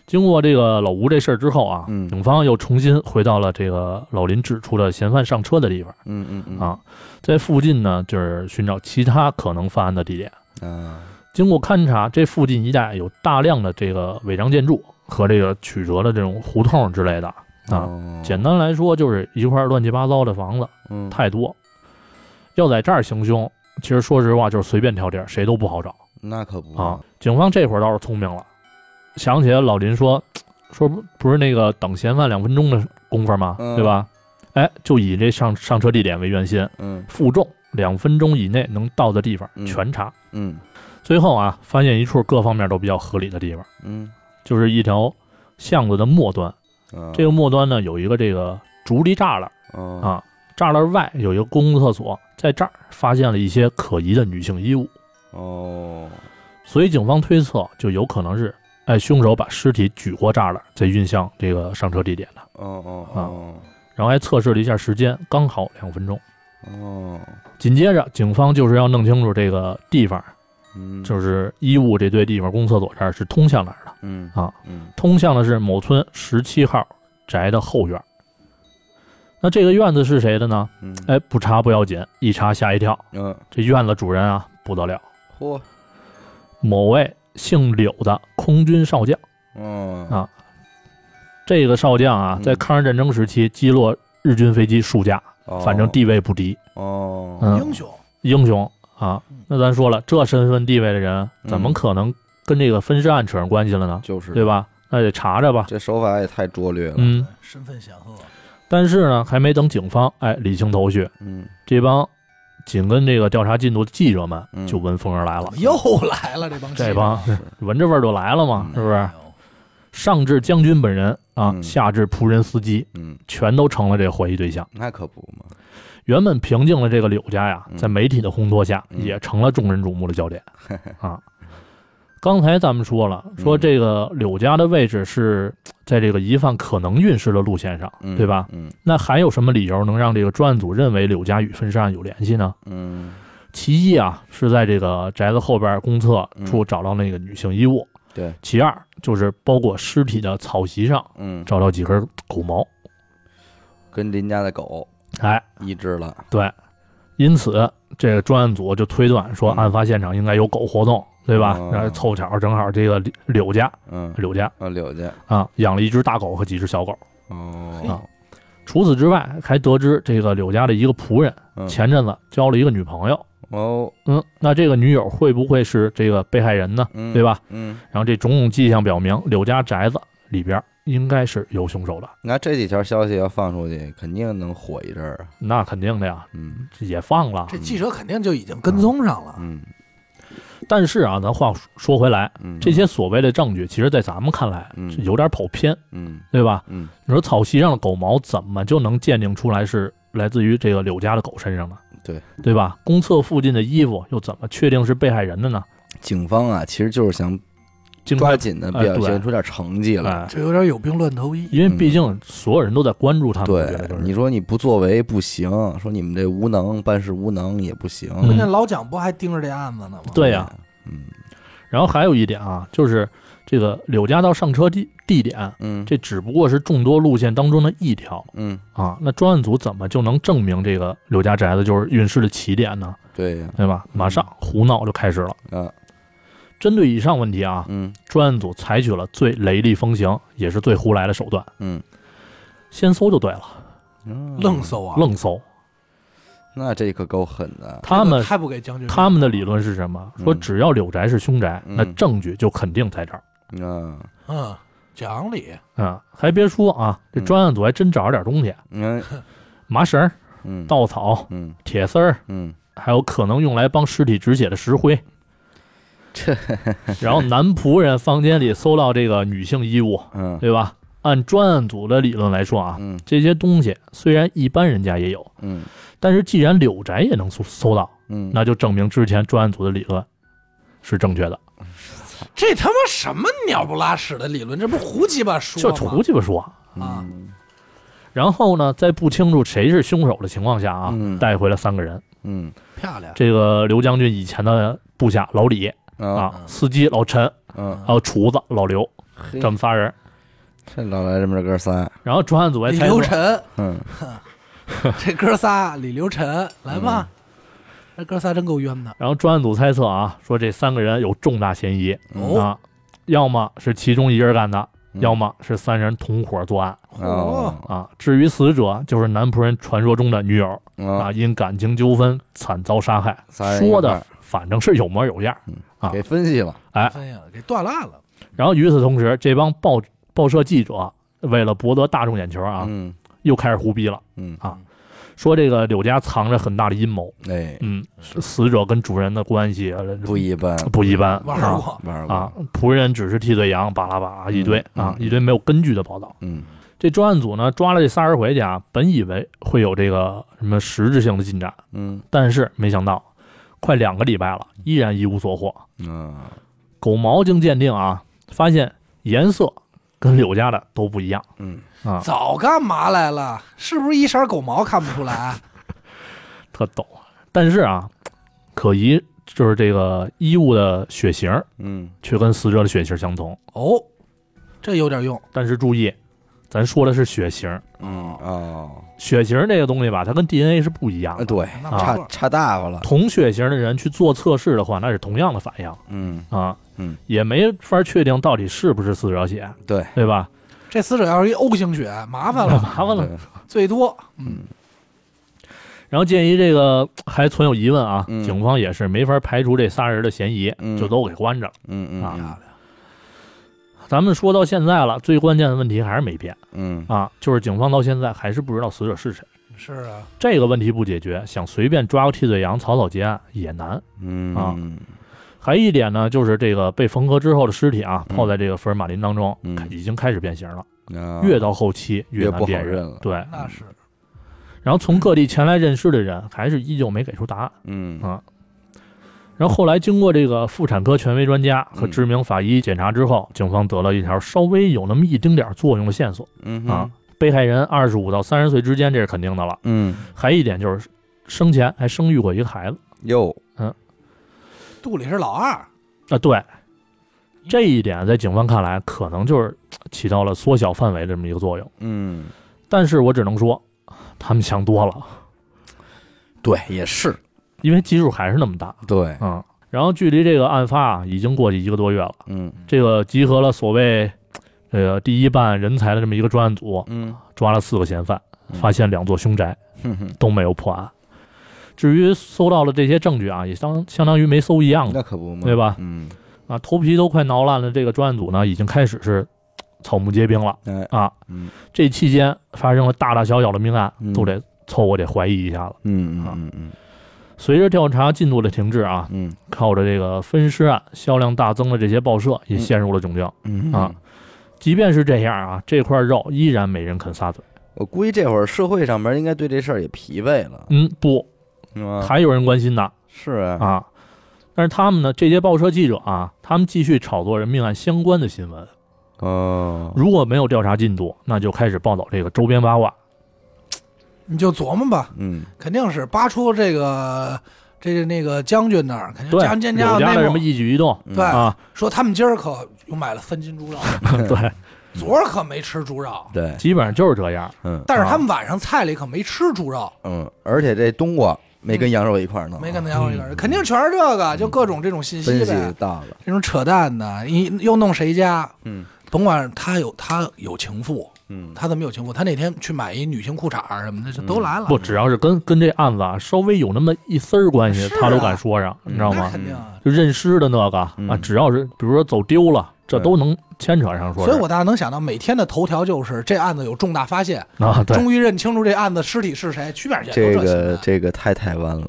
Speaker 3: 经过这个老吴这事儿之后啊，
Speaker 1: 嗯
Speaker 3: 警方又重新回到了这个老林指出的嫌犯上车的地方
Speaker 1: 嗯嗯嗯
Speaker 3: 啊，在附近呢，就是寻找其他可能犯案的地点。
Speaker 1: 啊
Speaker 3: 经过勘查，这附近一带有大量的这个违章建筑和这个曲折的这种胡同之类的。啊
Speaker 1: 哦
Speaker 3: 简单来说，就是一块乱七八糟的房子
Speaker 1: 嗯
Speaker 3: 太多，要在这儿行凶，其实说实话就是随便挑地儿，谁都不好找
Speaker 1: 那可不
Speaker 3: 啊。警方这会儿倒是聪明了，想起来老林说，说不不是那个等嫌犯两分钟的功夫吗？
Speaker 1: 嗯
Speaker 3: 对吧？哎，就以这上上车地点为圆心，
Speaker 1: 嗯
Speaker 3: 负重两分钟以内能到的地方
Speaker 1: 嗯
Speaker 3: 全查。
Speaker 1: 嗯
Speaker 3: 最后啊，发现一处各方面都比较合理的地方，
Speaker 1: 嗯
Speaker 3: 就是一条巷子的末端。
Speaker 1: 啊
Speaker 3: 这个末端呢，有一个这个竹篱栅栏，
Speaker 1: 哦
Speaker 3: 啊，栅栏外有一个公共厕所，在这儿发现了一些可疑的女性衣物，
Speaker 1: 哦
Speaker 3: 所以警方推测就有可能是，哎，凶手把尸体举过栅栏，再运向这个上车地点的。
Speaker 1: 哦哦
Speaker 3: 然后还测试了一下时间，刚好两分钟。
Speaker 1: 哦哦
Speaker 3: 紧接着，警方就是要弄清楚这个地方，
Speaker 1: 嗯
Speaker 3: 就是衣物这堆地方，公厕所这儿是通向哪儿的。
Speaker 1: 嗯
Speaker 3: 啊
Speaker 1: 嗯
Speaker 3: 通向的是某村十七号宅的后院。那这个院子是谁的呢？
Speaker 1: 嗯
Speaker 3: 哎，不查不要紧，一查吓一跳，
Speaker 1: 嗯
Speaker 3: 这院子主人啊不得了，
Speaker 1: 嚯
Speaker 3: 某位姓柳的空军少将。
Speaker 1: 哦
Speaker 3: 啊这个少将啊
Speaker 1: 嗯，
Speaker 3: 在抗日战争时期击落日军飞机数架，
Speaker 1: 哦
Speaker 3: 反正地位不低，
Speaker 1: 哦
Speaker 3: 嗯
Speaker 4: 英雄，
Speaker 3: 英雄啊
Speaker 4: 嗯。
Speaker 3: 那咱说了，这身份地位的人，怎么
Speaker 1: 嗯
Speaker 3: 可能跟这个分尸案扯上关系了呢？
Speaker 1: 就是
Speaker 3: 对吧？那得查查吧。
Speaker 1: 这手法也太拙劣了
Speaker 3: 嗯，
Speaker 4: 身份显赫，
Speaker 3: 但是呢，还没等警方哎理清头绪，
Speaker 1: 嗯
Speaker 3: 这帮紧跟这个调查进度的记者们
Speaker 1: 嗯
Speaker 3: 就闻风而来了，
Speaker 4: 又来了这帮哎
Speaker 3: 这帮闻着味儿就来了嘛
Speaker 1: 嗯，
Speaker 3: 是不
Speaker 4: 不
Speaker 3: 是？上至将军本人啊
Speaker 1: 嗯，
Speaker 3: 下至仆人司机，
Speaker 1: 嗯
Speaker 3: 全都成了这怀疑对象。
Speaker 1: 那可不嘛
Speaker 3: 原本平静的这个柳家呀
Speaker 1: 嗯，
Speaker 3: 在媒体的烘托下，
Speaker 1: 嗯
Speaker 3: 也成了众人瞩目的 焦点啊。刚才咱们说了，
Speaker 1: 嗯
Speaker 3: 说这个柳家的位置是在这个疑犯可能运尸的路线上，
Speaker 1: 嗯
Speaker 3: 对吧？
Speaker 1: 嗯
Speaker 3: 那还有什么理由能让这个专案组认为柳家与分尸案有联系呢？
Speaker 1: 嗯
Speaker 3: 其一啊，是在这个宅子后边公厕处
Speaker 1: 嗯
Speaker 3: 找到那个女性衣物；
Speaker 1: 对。
Speaker 3: 其二就是包裹尸体的草席上
Speaker 1: 嗯
Speaker 3: 找到几根狗毛。
Speaker 1: 跟邻家的狗
Speaker 3: 哎，
Speaker 1: 一致了
Speaker 3: 对，因此这个专案组就推断说，
Speaker 1: 嗯
Speaker 3: 案发现场应该有狗活动，对吧
Speaker 1: 哦？
Speaker 3: 然后凑巧正好这个柳柳家
Speaker 1: 嗯
Speaker 3: 柳家
Speaker 1: 啊柳家
Speaker 3: 啊养了一只大狗和几只小狗。
Speaker 1: 哦
Speaker 3: 除此之外，还得知这个柳家的一个仆人
Speaker 1: 嗯
Speaker 3: 前阵子交了一个女朋友。
Speaker 1: 哦
Speaker 3: 嗯，那这个女友会不会是这个被害人呢？
Speaker 1: 嗯
Speaker 3: 对吧？
Speaker 1: 嗯
Speaker 3: 然后这种种迹象表明，柳家宅子里边应该是有凶手的，
Speaker 1: 那这几条消息要放出去，肯定能火一阵儿啊。
Speaker 3: 那肯定的呀，
Speaker 1: 嗯
Speaker 3: 也放了。
Speaker 4: 这记者肯定就已经跟踪上了，
Speaker 1: 嗯
Speaker 3: 但是啊，咱话说回来，
Speaker 1: 嗯，
Speaker 3: 这些所谓的证据，其实在咱们看来
Speaker 1: 嗯
Speaker 3: 是有点跑偏，
Speaker 1: 嗯
Speaker 3: 对吧？
Speaker 1: 嗯，
Speaker 3: 你说草席上的狗毛怎么就能鉴定出来是来自于这个柳家的狗身上呢？
Speaker 1: 对
Speaker 3: 对吧？公厕附近的衣服又怎么确定是被害人的呢？
Speaker 1: 警方啊，其实就是想
Speaker 3: 经
Speaker 1: 抓
Speaker 3: 过
Speaker 1: 紧的
Speaker 3: 哎
Speaker 1: 表
Speaker 3: 对
Speaker 1: 现出点成绩来。
Speaker 3: 哎，
Speaker 4: 这有点有病乱投医。
Speaker 3: 因为
Speaker 1: 嗯
Speaker 3: 毕竟所有人都在关注他们，我觉
Speaker 1: 对
Speaker 3: 得就，是
Speaker 1: 你说你不作为不行，说你们这无能办事无能也不行。
Speaker 3: 嗯
Speaker 4: 那老蒋不还盯着这案子呢吗？
Speaker 3: 对呀、
Speaker 1: 嗯
Speaker 3: 然后还有一点啊，就是这个柳家到上车地地点，
Speaker 1: 嗯
Speaker 3: 这只不过是众多路线当中的一条
Speaker 1: 嗯，
Speaker 3: 啊。那专案组怎么就能证明这个柳家宅子就是运尸的起点呢？
Speaker 1: 对呀
Speaker 3: 对吧？马上胡闹就开始了。
Speaker 1: 嗯啊
Speaker 3: 针对以上问题啊，
Speaker 1: 嗯
Speaker 3: 专案组采取了最雷厉风行，也是最胡来的手段，
Speaker 1: 嗯
Speaker 3: 先搜就对了，
Speaker 1: 嗯
Speaker 4: 愣搜啊，
Speaker 3: 愣搜。
Speaker 1: 那这可够狠的。
Speaker 4: 这个
Speaker 3: 他们
Speaker 4: 太不给将军面子了，
Speaker 3: 他们的理论是什么？说
Speaker 1: 嗯
Speaker 3: 只要柳宅是凶宅，
Speaker 1: 嗯
Speaker 3: 那证据就肯定在这儿。
Speaker 1: 啊
Speaker 4: 嗯讲理，
Speaker 3: 啊，还别说啊，这专案组还真找着点东西，
Speaker 1: 嗯
Speaker 3: 麻绳儿、
Speaker 1: 嗯
Speaker 3: 稻草、
Speaker 1: 嗯
Speaker 3: 铁丝儿，
Speaker 1: 嗯
Speaker 3: 还有可能用来帮尸体止血的石灰。
Speaker 1: 这
Speaker 3: 然后男仆人房间里搜到这个女性衣物，
Speaker 1: 嗯
Speaker 3: 对吧？按专案组的理论来说啊，
Speaker 1: 嗯
Speaker 3: 这些东西虽然一般人家也有，
Speaker 1: 嗯
Speaker 3: 但是既然柳宅也能搜搜到，
Speaker 1: 嗯，
Speaker 3: 那就证明之前专案组的理论是正确的。
Speaker 4: 这他妈什么鸟不拉屎的理论？这不胡鸡巴说
Speaker 3: 就
Speaker 4: 吗？
Speaker 3: 胡鸡巴说。
Speaker 4: 啊
Speaker 1: 嗯
Speaker 3: 然后呢，在不清楚谁是凶手的情况下啊，
Speaker 1: 嗯
Speaker 3: 带回了三个人：
Speaker 1: 嗯
Speaker 4: 漂亮，
Speaker 3: 这个刘将军以前的部下老李
Speaker 1: 啊
Speaker 3: 啊，司机老陈，
Speaker 1: 嗯，
Speaker 3: 还有厨子老刘
Speaker 1: 嘿
Speaker 3: 这么仨人。
Speaker 1: 这老来这么着哥仨，
Speaker 3: 然后专案
Speaker 1: 哎
Speaker 3: 组还
Speaker 4: 李
Speaker 3: 猜测
Speaker 4: 留臣，
Speaker 1: 嗯，
Speaker 4: 这哥仨，李留臣来吧，
Speaker 3: 嗯
Speaker 4: 这哥仨真够冤的。
Speaker 3: 然后专案组猜测啊，说这三个人有重大嫌疑、
Speaker 4: 哦
Speaker 1: 嗯
Speaker 3: 啊，要么是其中一人干的，
Speaker 1: 嗯
Speaker 3: 要么是三人同伙作案
Speaker 1: 哦
Speaker 3: 啊。至于死者，就是男仆人传说中的女友
Speaker 1: 啊
Speaker 3: 啊，，因感情纠纷惨遭杀害，
Speaker 1: 仨人一块
Speaker 3: 说
Speaker 1: 儿
Speaker 3: 的反正是有模有样。啊
Speaker 1: 给分析了，
Speaker 3: 哎
Speaker 4: 哎呀，给断烂了，
Speaker 3: 然后与此同时，这帮报报社记者为了博得大众眼球啊，
Speaker 1: 嗯
Speaker 3: 又开始胡逼了，
Speaker 1: 嗯，
Speaker 3: 说这个柳家藏着很大的阴谋。
Speaker 1: 哎，
Speaker 3: 嗯，死者跟主人的关系呃
Speaker 1: 不一般，
Speaker 3: 不一般
Speaker 4: 玩
Speaker 3: 啊
Speaker 4: 过，
Speaker 1: 玩儿
Speaker 3: 啊
Speaker 1: 过，，
Speaker 3: 仆人只是替罪羊，巴拉巴拉一堆
Speaker 1: 嗯
Speaker 3: 啊，
Speaker 1: 嗯
Speaker 3: 一堆没有根据的报道。
Speaker 1: 嗯
Speaker 3: 这专案组呢抓了这仨人回去啊，本以为会有这个什么实质性的进展，
Speaker 1: 嗯
Speaker 3: 但是没想到，快两个礼拜了，依然一无所获。
Speaker 1: 啊，
Speaker 3: 狗毛经鉴定啊，发现颜色跟柳家的都不一样
Speaker 1: 嗯
Speaker 3: 啊，
Speaker 4: 早干嘛来了？是不是一色狗毛看不出来？啊
Speaker 3: 特逗。但是啊，可疑就是这个衣物的血型儿
Speaker 1: 嗯
Speaker 3: 却跟死者的血型相同。
Speaker 4: 哦，这有点用，
Speaker 3: 但是注意，咱说的是血型儿，
Speaker 1: 嗯哦，
Speaker 3: 血型儿这个东西吧，它跟 DNA 是不一样
Speaker 1: 啊
Speaker 3: 的。
Speaker 1: 对，
Speaker 4: 那
Speaker 3: 啊
Speaker 4: 没
Speaker 1: 差
Speaker 4: 错。
Speaker 1: 差大发了，
Speaker 3: 同血型的人去做测试的话，那是同样的反应
Speaker 1: 嗯
Speaker 3: 啊，
Speaker 1: 嗯，
Speaker 3: 也没法确定到底是不是死者血，
Speaker 1: 对，
Speaker 3: 对吧？
Speaker 4: 这死者要是一 O 型血，麻烦
Speaker 3: 干
Speaker 4: 了，
Speaker 3: 嘛了？
Speaker 1: 嗯对
Speaker 4: 最多
Speaker 3: 然后鉴于这个还存有疑问啊，
Speaker 1: 嗯
Speaker 3: 警方也是没法排除这仨人的嫌疑，
Speaker 1: 嗯
Speaker 3: 就都给关着了。
Speaker 1: 嗯嗯
Speaker 3: 啊咱们说到现在了，最关键的问题还是没变
Speaker 1: 嗯
Speaker 3: 啊，就是警方到现在还是不知道死者是谁。
Speaker 4: 是啊，
Speaker 3: 这个问题不解决，想随便抓个替罪羊草草结案啊也难。
Speaker 1: 嗯
Speaker 3: 啊还有一点呢，就是这个被缝合之后的尸体啊，
Speaker 1: 嗯
Speaker 3: 泡在这个福尔马林当中，
Speaker 1: 嗯
Speaker 3: 开已经开始变形了。
Speaker 1: 啊
Speaker 3: 越到后期
Speaker 1: 越
Speaker 3: 难
Speaker 1: 不好
Speaker 3: 辨
Speaker 1: 认了
Speaker 3: 对，
Speaker 4: 那是
Speaker 3: 然后从各地前来认尸的人，还是依旧没给出答案。
Speaker 1: 嗯
Speaker 3: 啊然后后来经过这个妇产科权威专家和知名法医检查之后，警方得了一条稍微有那么一丁点儿作用的线索
Speaker 1: 嗯
Speaker 3: 啊。被害人二十五到三十岁之间，这是肯定的了。
Speaker 1: 嗯
Speaker 3: 还有一点就是，生前还生育过一个孩子
Speaker 1: 哟
Speaker 4: 肚里是老二，
Speaker 3: 啊。对，这一点在警方看来，可能就是呃起到了缩小范围的这么一个作用。
Speaker 1: 嗯
Speaker 3: 但是我只能说，他们想多了，
Speaker 1: 对也是
Speaker 3: 因为基数还是那么大
Speaker 1: 对
Speaker 3: 啊、嗯。然后距离这个案发啊，已经过去一个多月了。
Speaker 1: 嗯
Speaker 3: 这个集合了所谓这个第一办人才的这么一个专案组，
Speaker 1: 嗯
Speaker 3: 抓了四个嫌犯，
Speaker 1: 嗯
Speaker 3: 发现两座凶宅
Speaker 1: 哼哼
Speaker 3: 都没有破案。至于搜到了这些证据啊，也相相当于没搜一样的
Speaker 1: 那可不嘛
Speaker 3: 对吧
Speaker 1: 嗯
Speaker 3: 啊，头皮都快挠烂了。这个专案组呢，已经开始是草木皆兵了
Speaker 1: 哎
Speaker 3: 啊。
Speaker 1: 嗯
Speaker 3: 这期间发生了大大小小的命案
Speaker 1: 嗯，
Speaker 3: 都得凑合得怀疑一下了。
Speaker 1: 嗯
Speaker 3: 啊
Speaker 1: 嗯嗯
Speaker 3: 随着调查进度的停滞啊，
Speaker 1: 嗯
Speaker 3: 靠着这个分尸案销量大增的这些报社也陷入了窘境。
Speaker 1: 嗯
Speaker 3: 啊即便是这样啊，这块肉依然没人肯撒嘴。
Speaker 1: 我估计这会儿社会上面应该对这事儿也疲惫了，
Speaker 3: 嗯，不，
Speaker 1: 是
Speaker 4: 啊
Speaker 1: 吗？
Speaker 3: 还有人关心呢
Speaker 1: 是啊，
Speaker 3: 啊。但是他们呢，这些报社记者啊，他们继续炒作人命案相关的新
Speaker 4: 啊
Speaker 3: 闻。
Speaker 1: 哦，
Speaker 3: 如果没有调查进度，那就开始报道这个周边八卦。
Speaker 4: 你就琢磨吧，
Speaker 1: 嗯
Speaker 4: 肯定是扒出这个这个那个将军那儿，肯定
Speaker 3: 对，
Speaker 4: 将军家
Speaker 3: 柳
Speaker 4: 有
Speaker 3: 家的
Speaker 4: 内
Speaker 3: 什么
Speaker 4: 幕，
Speaker 3: 一举一动
Speaker 1: 嗯
Speaker 4: 对
Speaker 3: 啊，
Speaker 4: 说他们今儿可又买了三斤猪肉，
Speaker 3: 对，
Speaker 4: 昨儿可没吃猪肉，
Speaker 1: 对，
Speaker 3: 基本上就是这样。
Speaker 1: 嗯
Speaker 4: 但是他们晚上菜里可没吃猪肉，
Speaker 1: 嗯，而且这冬瓜没跟羊肉一块儿弄，
Speaker 4: 没跟他要一个人，肯定全是这个，就各种这种信息
Speaker 1: 啊嗯分析
Speaker 4: 呗，
Speaker 1: 到了，
Speaker 4: 这种扯淡的，你又弄谁家？
Speaker 1: 嗯
Speaker 4: 甭管他有他有情妇，
Speaker 1: 嗯
Speaker 4: 他怎么有情妇？他那天去买一女性裤衩儿什么的，这都来了，
Speaker 3: 不，只要是跟跟这案子啊稍微有那么一丝儿关系，
Speaker 4: 是啊
Speaker 3: 他都敢说上，你知道
Speaker 4: 那
Speaker 3: 吗？
Speaker 4: 肯定啊。
Speaker 3: 就认尸的那个啊
Speaker 1: 嗯，
Speaker 3: 只要是比如说走丢了，这
Speaker 1: 对
Speaker 3: 都能牵扯上说
Speaker 4: 所以
Speaker 3: 是。
Speaker 4: 我大概能想到，每天的头条就是这案子有重大发现，
Speaker 3: 啊，对。
Speaker 4: 终于认清楚这案子尸体是谁，去哪儿去？
Speaker 1: 这
Speaker 4: 都新
Speaker 1: 个
Speaker 4: 闻
Speaker 1: 这个太太弯了，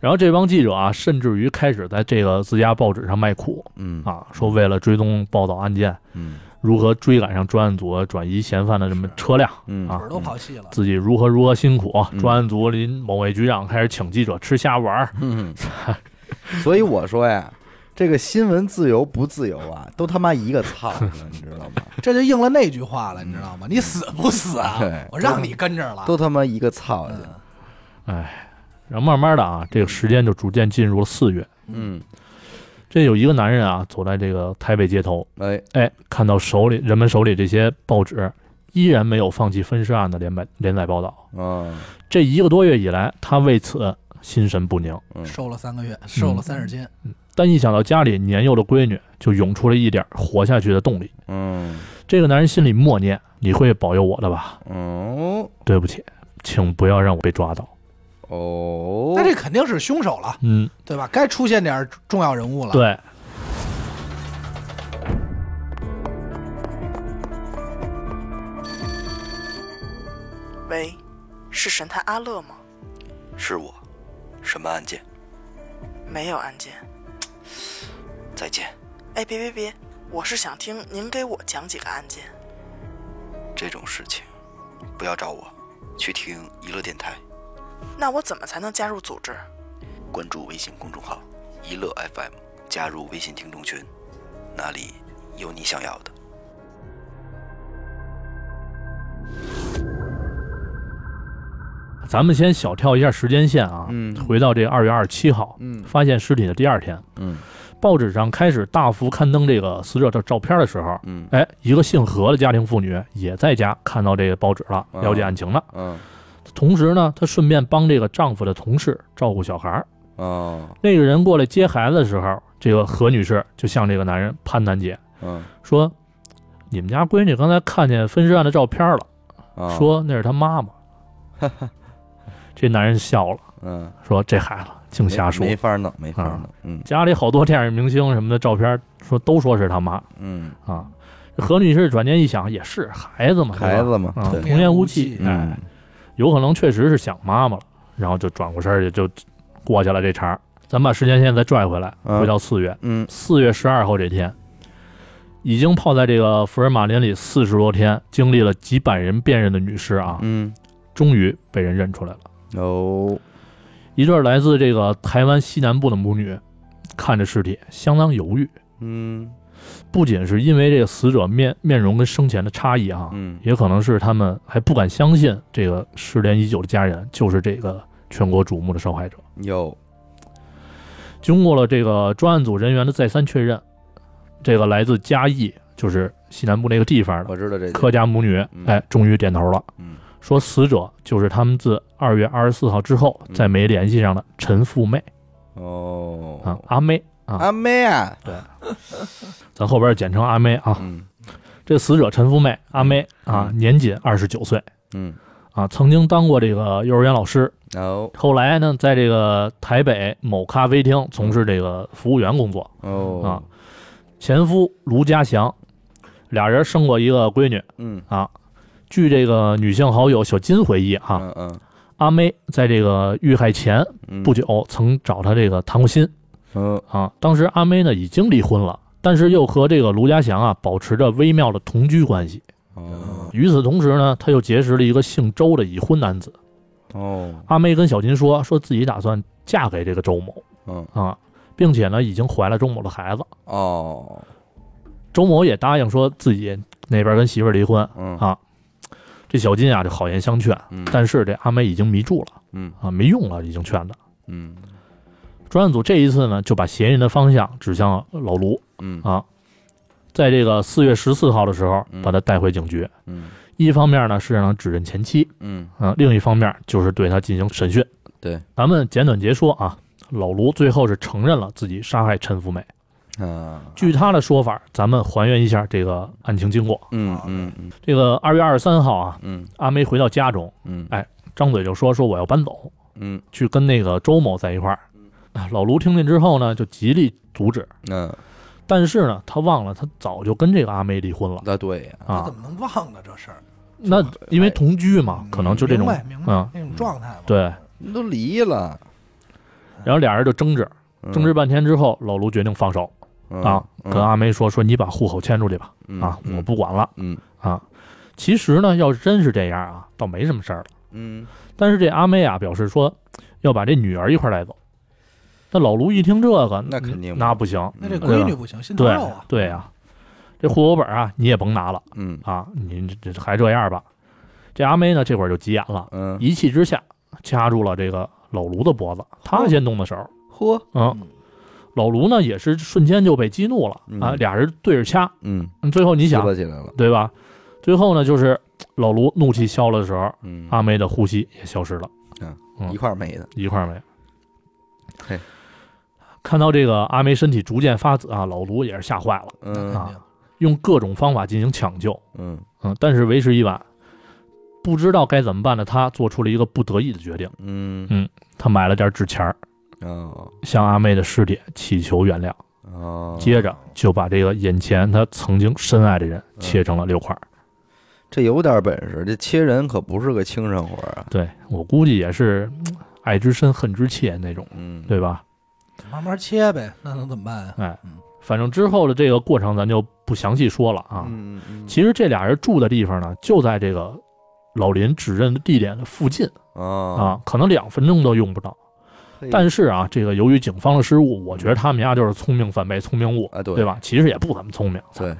Speaker 3: 然后这帮记者啊，甚至于开始在这个自家报纸上卖苦，
Speaker 1: 嗯
Speaker 3: 啊，说为了追踪报道案件，
Speaker 1: 嗯
Speaker 3: 如何追赶上专案组转移嫌犯的这么车辆，
Speaker 1: 嗯
Speaker 3: 啊
Speaker 4: 腿儿都跑细了。
Speaker 3: 自己如何如何辛苦。
Speaker 1: 嗯
Speaker 3: 专案组里某位局长开始请记者吃虾丸儿，
Speaker 1: 嗯，所以我说呀，这个新闻自由不自由啊，都他妈一个操了，你知道吗？
Speaker 4: 这就应了那句话了，你知道吗？你死不死啊
Speaker 1: 嗯对？
Speaker 4: 我让你跟着了。
Speaker 1: 都他妈一个操去，
Speaker 3: 然后慢慢的啊，这个时间就逐渐进入了四月。
Speaker 1: 嗯
Speaker 3: 这有一个男人啊，走在这个台北街头，
Speaker 1: 哎，
Speaker 3: 哎，看到手里人们手里这些报纸，依然没有放弃分尸案的连载连载报道。
Speaker 1: 嗯，
Speaker 3: 这一个多月以来，他为此心神不宁。
Speaker 4: 瘦了三个
Speaker 1: 嗯
Speaker 4: 月，瘦了三十斤，
Speaker 3: 但一想到家里年幼的闺女，就涌出了一点活下去的动力。
Speaker 1: 嗯，
Speaker 3: 这个男人心里默念：“你会保佑我的吧？
Speaker 1: 哦，
Speaker 3: 对不起，请不要让我被抓到。
Speaker 1: 哦，
Speaker 4: 那这肯定是凶手了，”
Speaker 3: 嗯，
Speaker 4: 对吧？该出现点重要人物了。
Speaker 3: 对。
Speaker 5: 喂，是神探阿乐吗？
Speaker 6: 是我，什么案件？
Speaker 5: 没有案件。
Speaker 6: 再见，
Speaker 5: 哎，别别别，我是想听您给我讲几个案件。
Speaker 6: 这种事情不要找我，去听娱乐电台，
Speaker 5: 那我怎么才能加入组织？
Speaker 6: 关注微信公众号“娱乐 FM”，加入微信听众群，那里有你想要的。
Speaker 3: 咱们先小跳一下时间线啊，
Speaker 1: 嗯
Speaker 3: 回到这二月二十七号，
Speaker 1: 嗯
Speaker 3: 发现尸体的第二天，
Speaker 1: 嗯
Speaker 3: 报纸上开始大幅刊登这个死者的照片的时候，
Speaker 1: 嗯
Speaker 3: 哎，一个姓何的家庭妇女也在家看到这个报纸了，
Speaker 1: 啊
Speaker 3: 了解案情了。
Speaker 1: 嗯，
Speaker 3: 同时呢，她顺便帮这个丈夫的同事照顾小孩儿。
Speaker 1: 哦，
Speaker 3: 那个人过来接孩子的时候，这个何女士就向这个男人潘楠姐
Speaker 1: 嗯，
Speaker 3: 说：“你们家闺女刚才看见分尸案的照片了，
Speaker 1: 啊，
Speaker 3: 说那是她 妈妈。”这男人笑了，
Speaker 1: 嗯，
Speaker 3: 说：“这孩子净
Speaker 1: 没
Speaker 3: 瞎说
Speaker 1: 没，法弄，没法
Speaker 3: 啊
Speaker 1: 弄，嗯
Speaker 3: 家里好多电影明星什么的照片，说都说是他妈
Speaker 1: 嗯，
Speaker 3: 啊。”这何女士转念一想，也是孩子嘛，对吧
Speaker 1: 孩子嘛，
Speaker 3: 啊，
Speaker 1: 对，
Speaker 3: 童言无忌，哎
Speaker 1: 嗯，
Speaker 3: 有可能确实是想妈妈了，然后就转过身儿去就过去了这茬儿。咱把时间线再拽回来，
Speaker 1: 嗯
Speaker 3: 回到四月，
Speaker 1: 嗯
Speaker 3: 四月十二号这天，已经泡在这个福尔马林里四十多天，经历了几百人辨认的女尸啊，
Speaker 1: 嗯，
Speaker 3: 终于被人认出来了。
Speaker 1: 哦，
Speaker 3: 一对来自这个台湾西南部的母女，看着尸体相当犹豫，
Speaker 1: 嗯
Speaker 3: 不仅是因为这个死者面面容跟生前的差异啊，
Speaker 1: 嗯
Speaker 3: 也可能是他们还不敢相信这个失联已久的家人就是这个全国瞩目的受害者。
Speaker 1: 有，
Speaker 3: 经过了这个专案组人员的再三确认，这个来自嘉义，就是西南部那个地方的
Speaker 1: 我知道这
Speaker 3: 柯家母女
Speaker 1: 嗯，
Speaker 3: 哎，终于点头了，
Speaker 1: 嗯
Speaker 3: 说死者就是他们自二月二十四号之后
Speaker 1: 嗯
Speaker 3: 再没联系上的陈富妹
Speaker 1: 哦
Speaker 3: 啊，阿妹啊，
Speaker 1: 阿妹啊，
Speaker 3: 咱后边简称阿妹啊。
Speaker 1: 嗯
Speaker 3: 这死者陈富妹阿妹啊，年仅二十九岁
Speaker 1: 嗯，
Speaker 3: 啊，曾经当过这个幼儿园老师，
Speaker 1: 哦
Speaker 3: 后来呢，在这个台北某咖啡厅从事这个服务员工作。啊
Speaker 1: 哦，
Speaker 3: 前夫卢家祥，俩人生过一个闺女
Speaker 1: 嗯
Speaker 3: 啊。据这个女性好友小金回忆啊，
Speaker 1: 嗯嗯
Speaker 3: 阿妹在这个遇害前
Speaker 1: 嗯，
Speaker 3: 不久曾找他这个谈过心
Speaker 1: 嗯
Speaker 3: 啊。当时阿妹呢已经离婚了，但是又和这个卢家祥啊保持着微妙的同居关系。
Speaker 1: 哦
Speaker 3: 与此同时呢，他又结识了一个姓周的已婚男子。
Speaker 1: 哦
Speaker 3: 阿妹跟小金说，说自己打算嫁给这个周某。
Speaker 1: 嗯
Speaker 3: 啊，并且呢已经怀了周某的孩子。
Speaker 1: 哦
Speaker 3: 周某也答应说自己那边跟媳妇儿离婚。
Speaker 1: 嗯
Speaker 3: 啊这小金啊就好言相劝，
Speaker 1: 嗯
Speaker 3: 但是这阿梅已经迷住了
Speaker 1: 嗯
Speaker 3: 啊，没用了，已经劝的。
Speaker 1: 嗯
Speaker 3: 专案组这一次呢就把嫌疑人的方向指向了老卢
Speaker 1: 嗯
Speaker 3: 啊，在这个四月十四号的时候
Speaker 1: 嗯
Speaker 3: 把他带回警局。
Speaker 1: 嗯
Speaker 3: 一方面呢是让他指认前妻，
Speaker 1: 嗯
Speaker 3: 啊，另一方面就是对他进行审讯。
Speaker 1: 对，
Speaker 3: 咱们简短截说啊，老卢最后是承认了自己杀害陈福美。
Speaker 1: 啊
Speaker 3: 据他的说法，咱们还原一下这个案情经过。
Speaker 1: 嗯嗯
Speaker 3: 这个二月二十三号啊，
Speaker 1: 嗯
Speaker 3: 阿梅回到家中，
Speaker 1: 嗯
Speaker 3: 张嘴就说说我要搬走，
Speaker 1: 嗯
Speaker 3: 去跟那个周某在一块儿。啊老卢听见之后呢，就极力阻止，
Speaker 1: 嗯，
Speaker 3: 但是呢，他忘了他早就跟这个阿梅离婚了
Speaker 1: 那对呀，
Speaker 4: 他
Speaker 3: 啊
Speaker 4: 怎。么能忘呢这事儿？
Speaker 3: 那因
Speaker 1: 哎
Speaker 3: 为同居嘛，可能就这
Speaker 4: 明
Speaker 3: 种
Speaker 4: 白明白、
Speaker 3: 嗯
Speaker 4: 那种状态嘛。
Speaker 3: 对。
Speaker 1: 都离了，嗯
Speaker 3: 然后俩人就争执，争执
Speaker 1: 吧
Speaker 3: 半天之后，老卢决定放手啊，跟阿梅说说你把户口迁出去吧，啊，我不管了
Speaker 1: 嗯嗯
Speaker 3: 啊。其实呢，要是真是这样啊，倒没什么事儿了。
Speaker 1: 嗯
Speaker 3: 但是这阿妹啊表示说要把这女儿一块儿带走。那老卢一听这个，
Speaker 1: 那肯定
Speaker 3: 那不行，
Speaker 4: 那这
Speaker 1: 嗯
Speaker 4: 闺女不行，心头
Speaker 3: 对
Speaker 4: 肉啊。
Speaker 3: 对呀、这户口本啊你也甭拿了
Speaker 1: 嗯
Speaker 3: 啊，你这这还这样吧。这阿妹呢这会儿就急眼了，
Speaker 1: 嗯
Speaker 3: 一气之下掐住了这个老卢的脖子，他先动的手，
Speaker 1: 嚯
Speaker 3: 嗯，老卢呢也是瞬间就被激怒了
Speaker 1: 嗯
Speaker 3: 啊，俩人对着掐，
Speaker 1: 嗯，
Speaker 3: 嗯最后你
Speaker 1: 结
Speaker 3: 想
Speaker 1: 巴起来了，
Speaker 3: 对吧？最后呢，就是老卢怒气消了的时候，
Speaker 1: 嗯，
Speaker 3: 阿梅的呼吸也消失了，嗯
Speaker 1: 一块儿没的，
Speaker 3: 一块儿没。
Speaker 1: 嘿，
Speaker 3: 看到这个阿梅身体逐渐发紫啊，老卢也是吓坏了，
Speaker 1: 嗯
Speaker 3: 啊用各种方法进行抢救，
Speaker 1: 嗯
Speaker 3: 嗯，但是为时已晚，不知道该怎么办的他做出了一个不得已的决定，
Speaker 1: 嗯，
Speaker 3: 他买了点纸钱儿，
Speaker 1: 哦
Speaker 3: 向阿妹的尸体祈求原谅，
Speaker 1: 哦，
Speaker 3: 接着就把这个眼前他曾经深爱的人
Speaker 1: 嗯
Speaker 3: 切成了六块儿。
Speaker 1: 这有点本事，这切人可不是个轻生活啊，
Speaker 3: 对我估计也是嗯爱之深恨之切那种，
Speaker 1: 嗯，
Speaker 3: 对吧？
Speaker 4: 慢慢切呗，那能怎么办呀？啊
Speaker 3: 反正之后的这个过程咱就不详细说了啊。
Speaker 1: 嗯嗯
Speaker 3: 其实这俩人住的地方呢，就在这个老林指认的地点的附近
Speaker 1: 嗯啊，
Speaker 3: 啊，可能两分钟都用不到。
Speaker 1: 嘿
Speaker 3: 但是啊，这个由于警方的失误，我觉得他们家就是聪明反被聪明误，
Speaker 1: 啊嗯对
Speaker 3: 吧？其实也不怎么聪明，
Speaker 1: 对，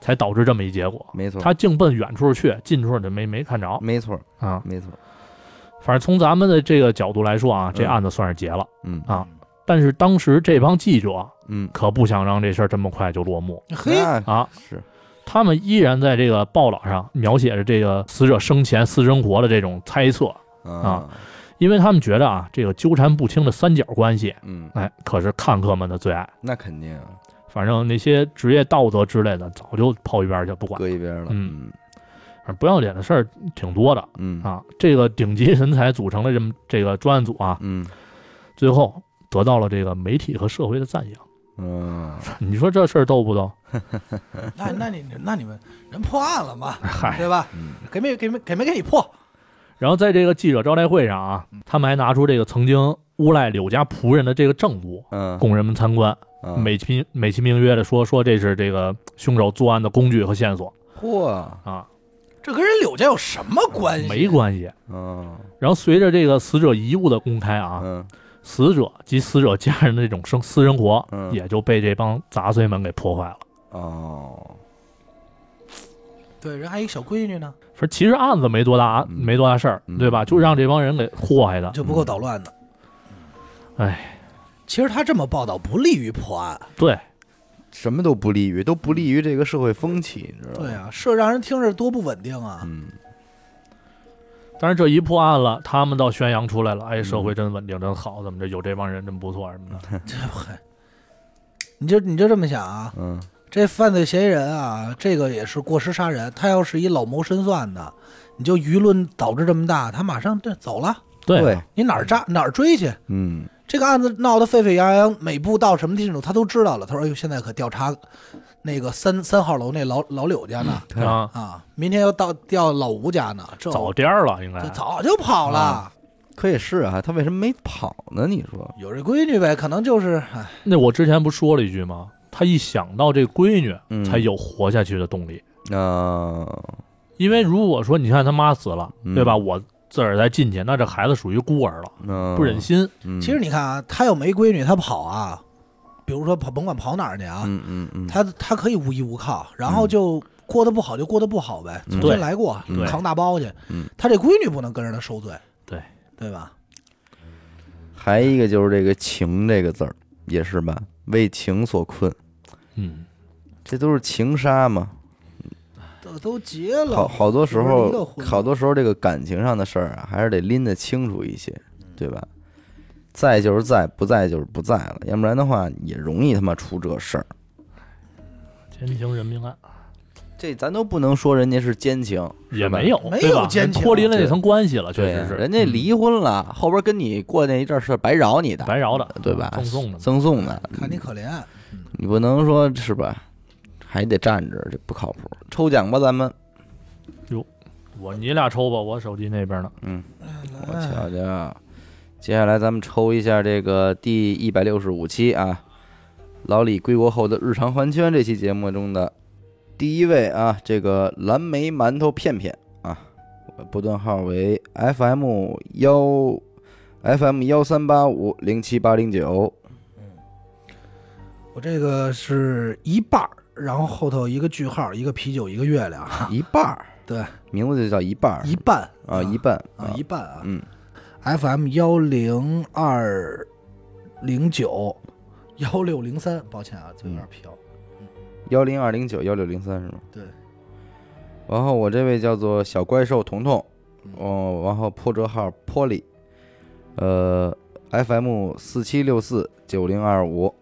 Speaker 3: 才导致这么一结果。
Speaker 1: 没错，
Speaker 3: 他净奔远处去，近处就没没看着
Speaker 1: 没错
Speaker 3: 啊。
Speaker 1: 没错，
Speaker 3: 反正从咱们的这个角度来说啊，这
Speaker 1: 嗯
Speaker 3: 案子算是结了。
Speaker 1: 嗯
Speaker 3: 啊但是当时这帮记者
Speaker 1: 嗯，
Speaker 3: 可不想让这事儿这么快就落幕
Speaker 4: 嘿，
Speaker 1: 那
Speaker 3: 啊，
Speaker 1: 是
Speaker 3: 他们依然在这个报道上描写着这个死者生前私生活的这种猜测，
Speaker 1: 啊，
Speaker 3: 因为他们觉得啊，这个纠缠不清的三角关系，
Speaker 1: 嗯，
Speaker 3: 哎，可是看客们的最爱。
Speaker 1: 那肯定啊
Speaker 3: 反正那些职业道德之类的，早就抛一边儿去不管。
Speaker 1: 搁一边了，嗯
Speaker 3: 嗯反正不要脸的事儿挺多的
Speaker 1: 嗯
Speaker 3: 啊。这个顶级人才组成的这么这个专案组啊，
Speaker 1: 嗯
Speaker 3: 最后得到了这个媒体和社会的赞 扬。
Speaker 1: 嗯，
Speaker 3: 你说这事儿逗不逗？
Speaker 4: 那那你那你们人破案了吗？
Speaker 3: 嗨，
Speaker 4: 对吧
Speaker 1: 嗯？
Speaker 4: 给没给没给没给你破？
Speaker 3: 然后在这个记者招待会上啊，
Speaker 1: 嗯
Speaker 3: 他们还拿出这个曾经诬赖柳家仆人的这个证物。
Speaker 1: 嗯
Speaker 3: 供人们参观，
Speaker 1: 嗯，
Speaker 3: 美其美其名曰的说说这是这个凶手作案的工具和线索
Speaker 1: 嚯，
Speaker 3: 啊，
Speaker 4: 这跟人柳家有什么关系？
Speaker 3: 没关系。
Speaker 1: 嗯
Speaker 3: 然后随着这个死者遗物的公开啊，
Speaker 1: 嗯
Speaker 3: 死者及死者家人的这种生私生活，
Speaker 1: 嗯
Speaker 3: 也就被这帮杂碎们给破坏了。
Speaker 1: 哦，
Speaker 4: 对，人还有一小闺女呢，
Speaker 3: 说其实案子没多大，
Speaker 1: 嗯
Speaker 3: 没多大事儿，
Speaker 1: 嗯
Speaker 3: 对吧？就让这帮人给祸害的。
Speaker 4: 就不够捣乱的。
Speaker 3: 嗯哎，
Speaker 4: 其实他这么报道不利于破案。
Speaker 3: 对，
Speaker 1: 什么都不利于，都不利于这个社会风气，你知道吗？
Speaker 4: 对啊，是让人听着多不稳定啊！
Speaker 1: 嗯
Speaker 3: 但是这一破案了，他们倒宣扬出来了，
Speaker 1: 嗯
Speaker 3: 哎，社会真稳定，真好，怎么着？有这帮人真不错什么的。
Speaker 4: 这嗨，你就你就这么想啊？
Speaker 1: 嗯
Speaker 4: 这犯罪嫌疑人啊，这个也是过失杀人，他要是一老谋深算的，你就舆论导致这么大，他马上这走了，
Speaker 3: 对
Speaker 1: 对
Speaker 3: 啊，，
Speaker 4: 你哪儿扎哪儿追去？
Speaker 1: 嗯
Speaker 4: 这个案子闹得沸沸扬扬，每步到什么地步他都知道了。他说：“哎呦，现在可调查那个三三号楼那老老柳家呢，
Speaker 3: 啊，
Speaker 4: 啊，明天要到调老吴家呢，这
Speaker 3: 早颠儿了应该
Speaker 4: 这。早嗯就跑了。
Speaker 1: 可也是啊，他为什么没跑呢？你说，
Speaker 4: 有这闺女呗，可能就是哎，
Speaker 3: 那我之前不说了一句吗？他一想到这闺
Speaker 1: 嗯
Speaker 3: 女，才有活下去的动力。
Speaker 1: 啊，
Speaker 3: 因为如果说你看他妈死了，
Speaker 1: 嗯
Speaker 3: 对吧？我自个儿再进去，那这孩子属于孤儿了，
Speaker 1: 嗯
Speaker 3: 不忍，心。
Speaker 1: 嗯
Speaker 4: 其实你看啊，他要没闺女，他跑啊，比如说跑，甭管跑哪儿去啊，
Speaker 1: 嗯嗯嗯，
Speaker 4: 他他可以无依无靠，然后
Speaker 1: 嗯
Speaker 4: 就过得不好就过得不好呗，
Speaker 1: 嗯
Speaker 4: 重新来过，
Speaker 1: 对
Speaker 4: 扛大包去
Speaker 1: 嗯。
Speaker 4: 他这闺女不能跟着他受罪，
Speaker 3: 对
Speaker 4: 对吧？
Speaker 1: 还一个就是这个“情”这个字儿，也是吧？为情所困，
Speaker 3: 嗯，
Speaker 1: 这都是情杀嘛。
Speaker 4: 都都结了，
Speaker 1: 好好多时候
Speaker 4: 离了，婚
Speaker 1: 好多时候这个感情上的事儿啊，还是得拎得清楚一些，对吧？在就是在，不在就是不在了，要不然的话也容易他妈出这事儿。
Speaker 3: 天情人命案。
Speaker 1: 这咱都不能说人家是奸情，是
Speaker 3: 也
Speaker 1: 吧
Speaker 3: 没有，
Speaker 4: 没
Speaker 3: 对
Speaker 4: 有
Speaker 3: 吧
Speaker 4: 奸情
Speaker 3: 脱离了
Speaker 1: 对
Speaker 3: 那层关系了，确
Speaker 1: 对
Speaker 3: 实
Speaker 1: 啊
Speaker 3: 是。
Speaker 1: 人家
Speaker 3: 嗯
Speaker 1: 离婚了，后边跟你过那一阵儿是白饶你的，
Speaker 3: 白饶的，
Speaker 1: 对吧？
Speaker 3: 赠送的。
Speaker 1: 赠送的，
Speaker 4: 看你可怜，
Speaker 1: 你不能说是吧？还得站着，这不靠谱。抽奖吧，咱们，
Speaker 3: 我你俩抽吧，我手机那边呢。
Speaker 1: 我
Speaker 4: 哎
Speaker 1: 瞧瞧。接下来咱们抽一下这个第一百六十五期啊，老李归国后的日常环圈这期节目中的第一位啊，这个蓝莓馒头片片啊，我波段号为 FM 幺 FM 幺三八五零七八零九，
Speaker 4: 我这个是一半儿，然后后头一个句号，一个啤酒，一个月亮，
Speaker 1: 一半儿，
Speaker 4: 对，
Speaker 1: 名字就叫一半儿
Speaker 4: 一半
Speaker 1: 啊，一半
Speaker 4: 啊一半啊
Speaker 1: 嗯
Speaker 4: ，FM 幺零二零九幺六零三，抱歉啊，嘴有点
Speaker 1: 嗯
Speaker 4: 瓢。
Speaker 1: 幺零二零九幺六零三是吗？
Speaker 4: 对。
Speaker 1: 然后我这位叫做小怪兽彤彤，哦，然后破折号 Polly，呃，FM 四七六四九零二五，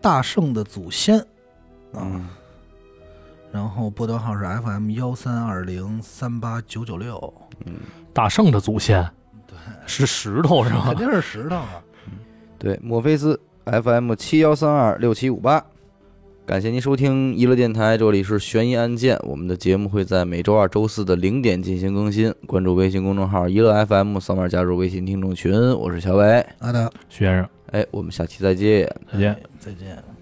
Speaker 4: 大圣的祖先，啊
Speaker 1: 嗯，
Speaker 4: 然后波段号是 FM 幺三二零三八九九六，
Speaker 3: 大圣的祖先，对，是石头是吧
Speaker 4: 肯？定是石头啊。
Speaker 1: 对，墨菲斯 FM 七幺三二六七五八，感谢您收听娱乐电台，这里是悬疑案件，我们的节目会在每周二、周四的零点进行更新，关注微信公众号娱乐 FM，扫码加入微信听众群，我是小伟，
Speaker 4: 好的，
Speaker 3: 徐先生，
Speaker 1: 哎，我们下期再见。
Speaker 3: 再见。
Speaker 4: 再见。